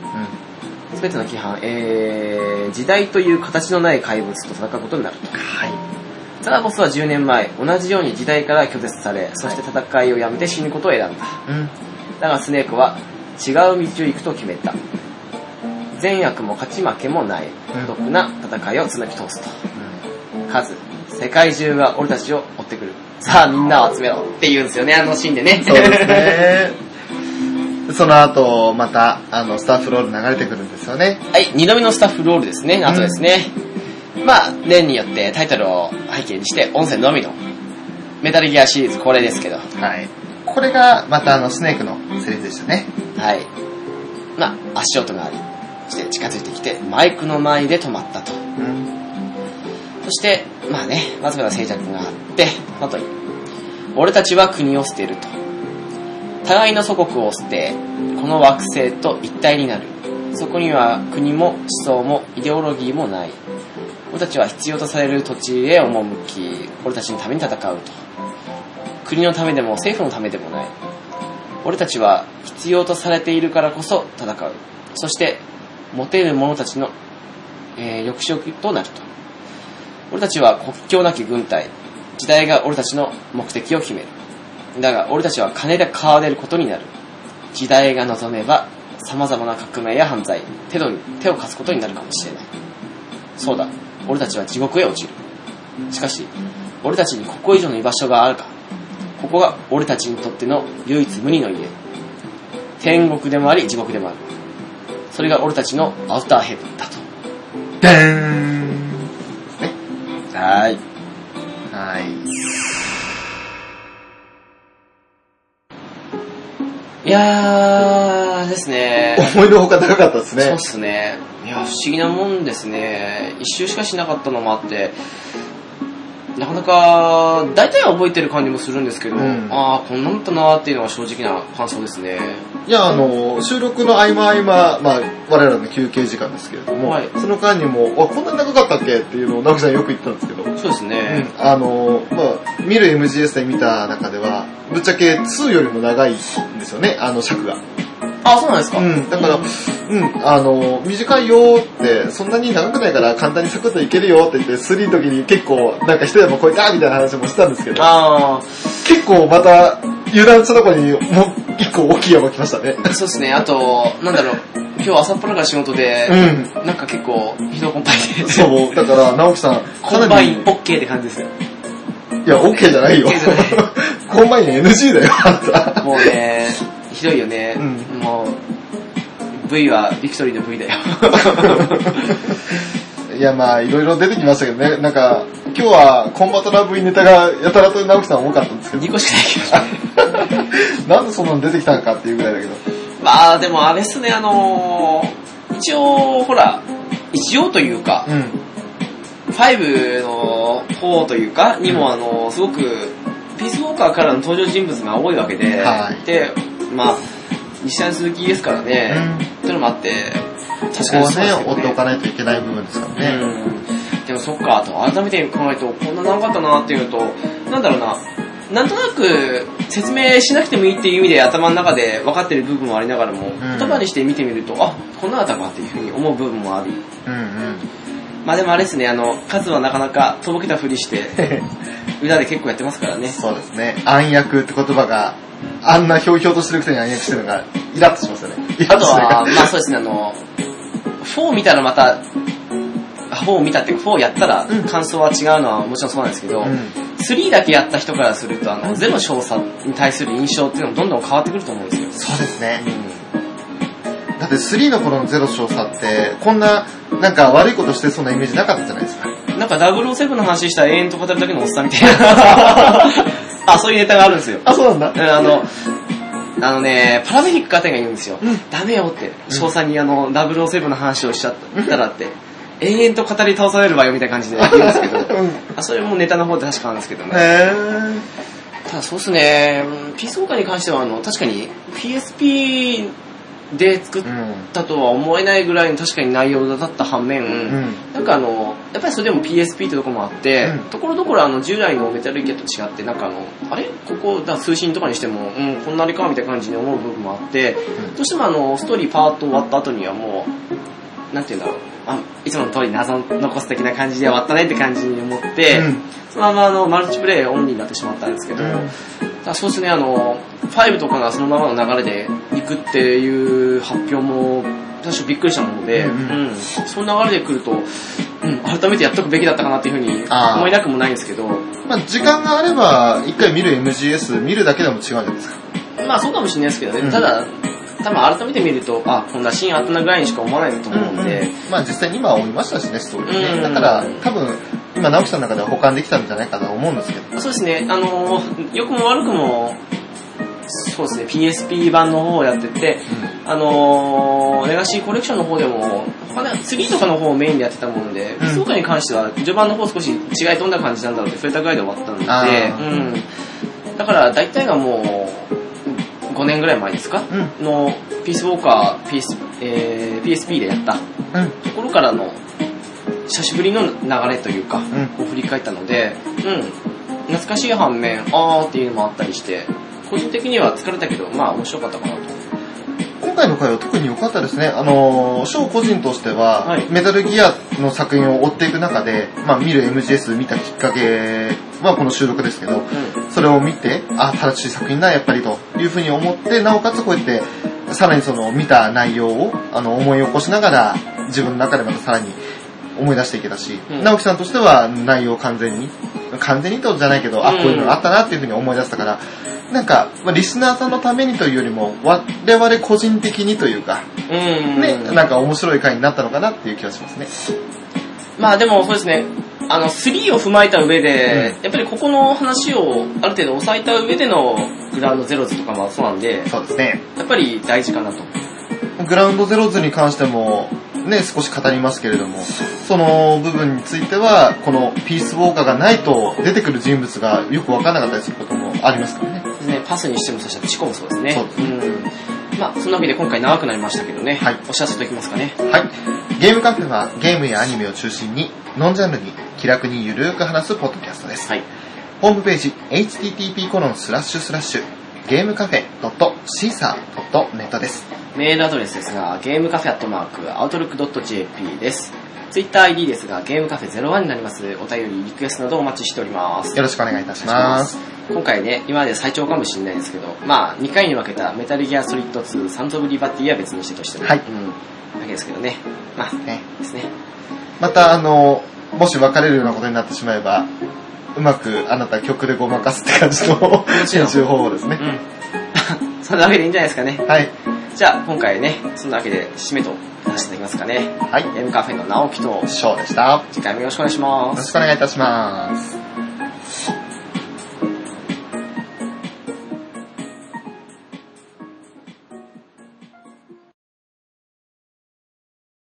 すべての規範、えー、時代という形のない怪物と戦うことになると。はザラボスは10年前、同じように時代から拒絶され、そして戦いをやめて死ぬことを選んだ。い。うん。だがスネークは違う道を行くと決めた。善悪も勝ち負けもない、うん孤独な戦いを繋ぎ通すと。カズ、世界中が俺たちを追ってくる。さあみんなを集めろって言うんですよね、あのシーンでね。そうですね。その後、また、あの、スタッフロール流れてくるんですよね。はい、二度目のスタッフロールですね、あとですね。まあ、年によってタイトルを背景にして、音声のみの、メタルギアシリーズこれですけど、ははい。これが、またあの、スネークのセリフでしたね。い。まあ、足音があり、そして近づいてきて、マイクの前で止まったと。うん。そして、まあね、わずかな静寂があって、あとに、俺たちは国を捨てると。互いの祖国を捨て、この惑星と一体になる。そこには国も思想もイデオロギーもない。俺たちは必要とされる土地へ赴き、俺たちのために戦うと。国のためでも政府のためでもない。俺たちは必要とされているからこそ戦う。そして、持てる者たちの、えー抑止力となると。俺たちは国境なき軍隊。時代が俺たちの目的を決める。だが俺たちは金で買われることになる。時代が望めば、様々な革命や犯罪、手の手を貸すことになるかもしれない。そうだ、俺たちは地獄へ落ちる。しかし、俺たちにここ以上の居場所があるか。ここが俺たちにとっての唯一無二の家。天国でもあり地獄でもある。それが俺たちのアウターヘブンだと。でーん。ですね。はい。はい。いやー、ですね。思いのほか高かったですそうねっ。すね。いや、不思議なもんですね。一周しかしなかったのもあって、なかなか、大体は覚えてる感じもするんですけど、うんああ、こんなんだったなーっていうのが正直な感想ですね。いや、あの、収録の合間合間、まあ、我々の休憩時間ですけれども、はいその間にも、あ、こんなに長かったっけっていうのを、直樹さんよく言ったんですけど、そうですね。あの、まあ、見る MGS で見た中では、ぶっちゃけ2よりも長いんですよね、あの尺が。あそうなんですか。うん、だから、うん、あの、短いよーって、そんなに長くないから簡単にサクッといけるよって言って、3の時に結構、なんか一山越えたみたいな話もしたんですけど、あ結構また、油断したとこに、もう一個大きい山来ましたね。あ、そうですね。あと、なんだろう、今日朝っぱらから仕事うで、ん。なんか結構、疲労困憊で、そう、だから、直樹さん、コかンバなイり、いン OK って感じですよ。や、OK じゃないよ OK じゃない。コンバイン NG だよ、あんた。もうね、ひどいよね。うもう、V はビクトリーの V だよ。 *laughs* いや、まあ、いろいろ出てきましたけどね、なんか、今日はコンバトラ V ネタがやたらと直樹さん多かったんですけど、 2個しかないけど。なんでそんなの出てきたのかっていうぐらいだけど、 *laughs* まあでもあれっすね、あのー一応ほら、一応というか、うん。 5の方というか、にもあのーすごく、ピースウォーカーからの登場人物が多いわけで、はいで、まあ、西谷鈴木ですからね、というのもあって、そこはね、そうですけど追っておかないといけない部分ですからね。うん。でもそっか、と改めて考えると、こんな長かったなっていうのと、なんだろうな、なんとなく説明しなくてもいいっていう意味で頭の中で分かってる部分もありながらも、言葉にして見てみると、あ、こんなだったかっていうふうに思う部分もあり。うんうん。まあでもあれですね、あの、数はなかなかとぼけたふりして、 *laughs* 裏で結構やってますからね。そうですね。暗躍って言葉が、あんなひょうひょうとしてるくせに暗躍してるのが、イラッとしますよね。イラあッととしは、てるまあそうですね、あの、4見たらまた、4を見たっていうか、4やったらうん感想は違うのはもちろんそうなんですけど、か。うん。 3だけやった人からすると、あの、ゼロ少佐に対する印象っていうのもどんどん変わってくると思うんですよ。そうですね。だって3の頃のゼロ少佐って、こんな、なんか悪いことしてそうなイメージなかったじゃないですか。うんなんか007の話したら永遠と語るだけのおっさんみたい *laughs* な。あ、そういうネタがあるんですよ。あ、そうなんうんだ。あの、あのね、パラメディック方が言うんですよ。うんダメよって、翔さんにあの、007の話をしちゃったらって、永遠と語り倒されるわよみたいな感じで言うんですけど、うん。へあそれもネタの方で確かなんですけどね。ーただそうっすね、ピースウォーカーに関してはあの、確かに PSP で作っうん。たとは思えないぐらいの確かに内容だった反面、うん。なんかあの、やっぱりそれでも PSP ってとこもあって、うんところどころあの従来のメタルギアと違って、なんかあの、あれここ、だから通信とかにしても、うん、こんなあれかみたいな感じに思う部分もあって、んどうしてもあの、ストーリーパート終わった後にはもう、なんていうんだろう、あ、いつもの通り謎を残す的な感じで終わったねって感じに思って、うんそのままあの、マルチプレイオンリーになってしまったんですけど、うんただそうですね、あの、5とかがそのままの流れで行くっていう発表も、最初びっくりしたもので、うんううんその流れで来ると、うん、改めてやっとくべきだったかなっていうふうにあー思いなくもないんですけど、まあ時間があれば、一回見る MGS、見るだけでも違うじゃないですか。まあそうかもしれないですけどね、うんただ、多分改めて見ると、あ、こんなシーンあったなぐらいにしか思わないと思うんで、まあ実際に今は思いましたしね、ストーリーうんね。だから、多分、今直樹さんの中では保管できたんじゃないかと思うんですけど。そうですね、あのー、良くも悪くも、そうですね、PSP 版の方をやってて、あのー、レガシーコレクションの方でも、他ね、次とかの方をメインでやってたもんで、うんそうかに関しては、序盤の方少し違いどんな感じなんだろうって触れたぐらいで終わったあんで、うん。だから大体がもう、5年ぐらい前ですかうん。の、ピースウォーカー、PS えー PSP でやったうん。うん。ところからの、久しぶりの流れというか、うん。を振り返ったので、うん、懐かしい反面、あーっていうのもあったりして、個人的には疲れたけど、まあ面白かったかなと。今回の回は特に良かったですね。あのー、ショー個人としては、はいメタルギアの作品を追っていく中で、まあ見る MGS 見たきっかけはこの収録ですけど、うんそれを見て、あ、正しい作品だ、やっぱりというふうに思って、なおかつこうやって、さらにその見た内容を、あの、思い起こしながら、自分の中でまたさらに思い出していけたし、うん直樹さんとしては内容を完全に、完全にってことじゃないけど、あ、うんこういうのがあったなっていうふうに思い出したから、なんか、まあリスナーさんのためにというよりも、我々個人的にというか、うん。ね、なんか面白い回になったのかなっていう気がしますね。まあでもそうですね、あの、3を踏まえた上で、やっぱりここの話をある程度抑えた上でのグラウンドゼロズとかもそうなんで、そうですね。やっぱり大事かなと。グラウンドゼロズに関しても、ね、少し語りますけれども、その部分については、このピースウォーカーがないと出てくる人物がよくわからなかったりすることもありますからね。ですね、パスにしてもそしてチコもそうですね。そうですうん。まあそんなわけで今回長くなりましたけどね、はいお知らせといきますかね。はい。ゲームカフェはゲームやアニメを中心に、ノンジャンルに気楽にゆるーく話すポッドキャストです。はい。ホームページ、http コロンスラッシュスラッシュ、ゲームカフェ .caesar.net です。メールアドレスですが、ゲームカフェアットマーク、outlook.jp です。ツイッター ID ですが、ゲームカフェ01になります。お便り、リクエストなどお待ちしております。よろしくお願いいたします。今回ね、今まで最長かもしれないですけど、まあ、2回に分けたメタルギアソリッド2、サンズ・オブ・リバティは別にしてとしても、はいうん、わけですけどね。まあ、ねですね。また、あの、もし別れるようなことになってしまえば、うまくあなた曲でごまかすって感じのちろん編集方法ですね。うん。 *laughs* そんなわけでいいんじゃないですかね。はい。じゃあ、今回ね、そんなわけで締めとさせていただきますかね。はい。ゲームカフェの直樹と、ショーでした。よ次回もよろしくお願いしまろすし。くお願いいたします。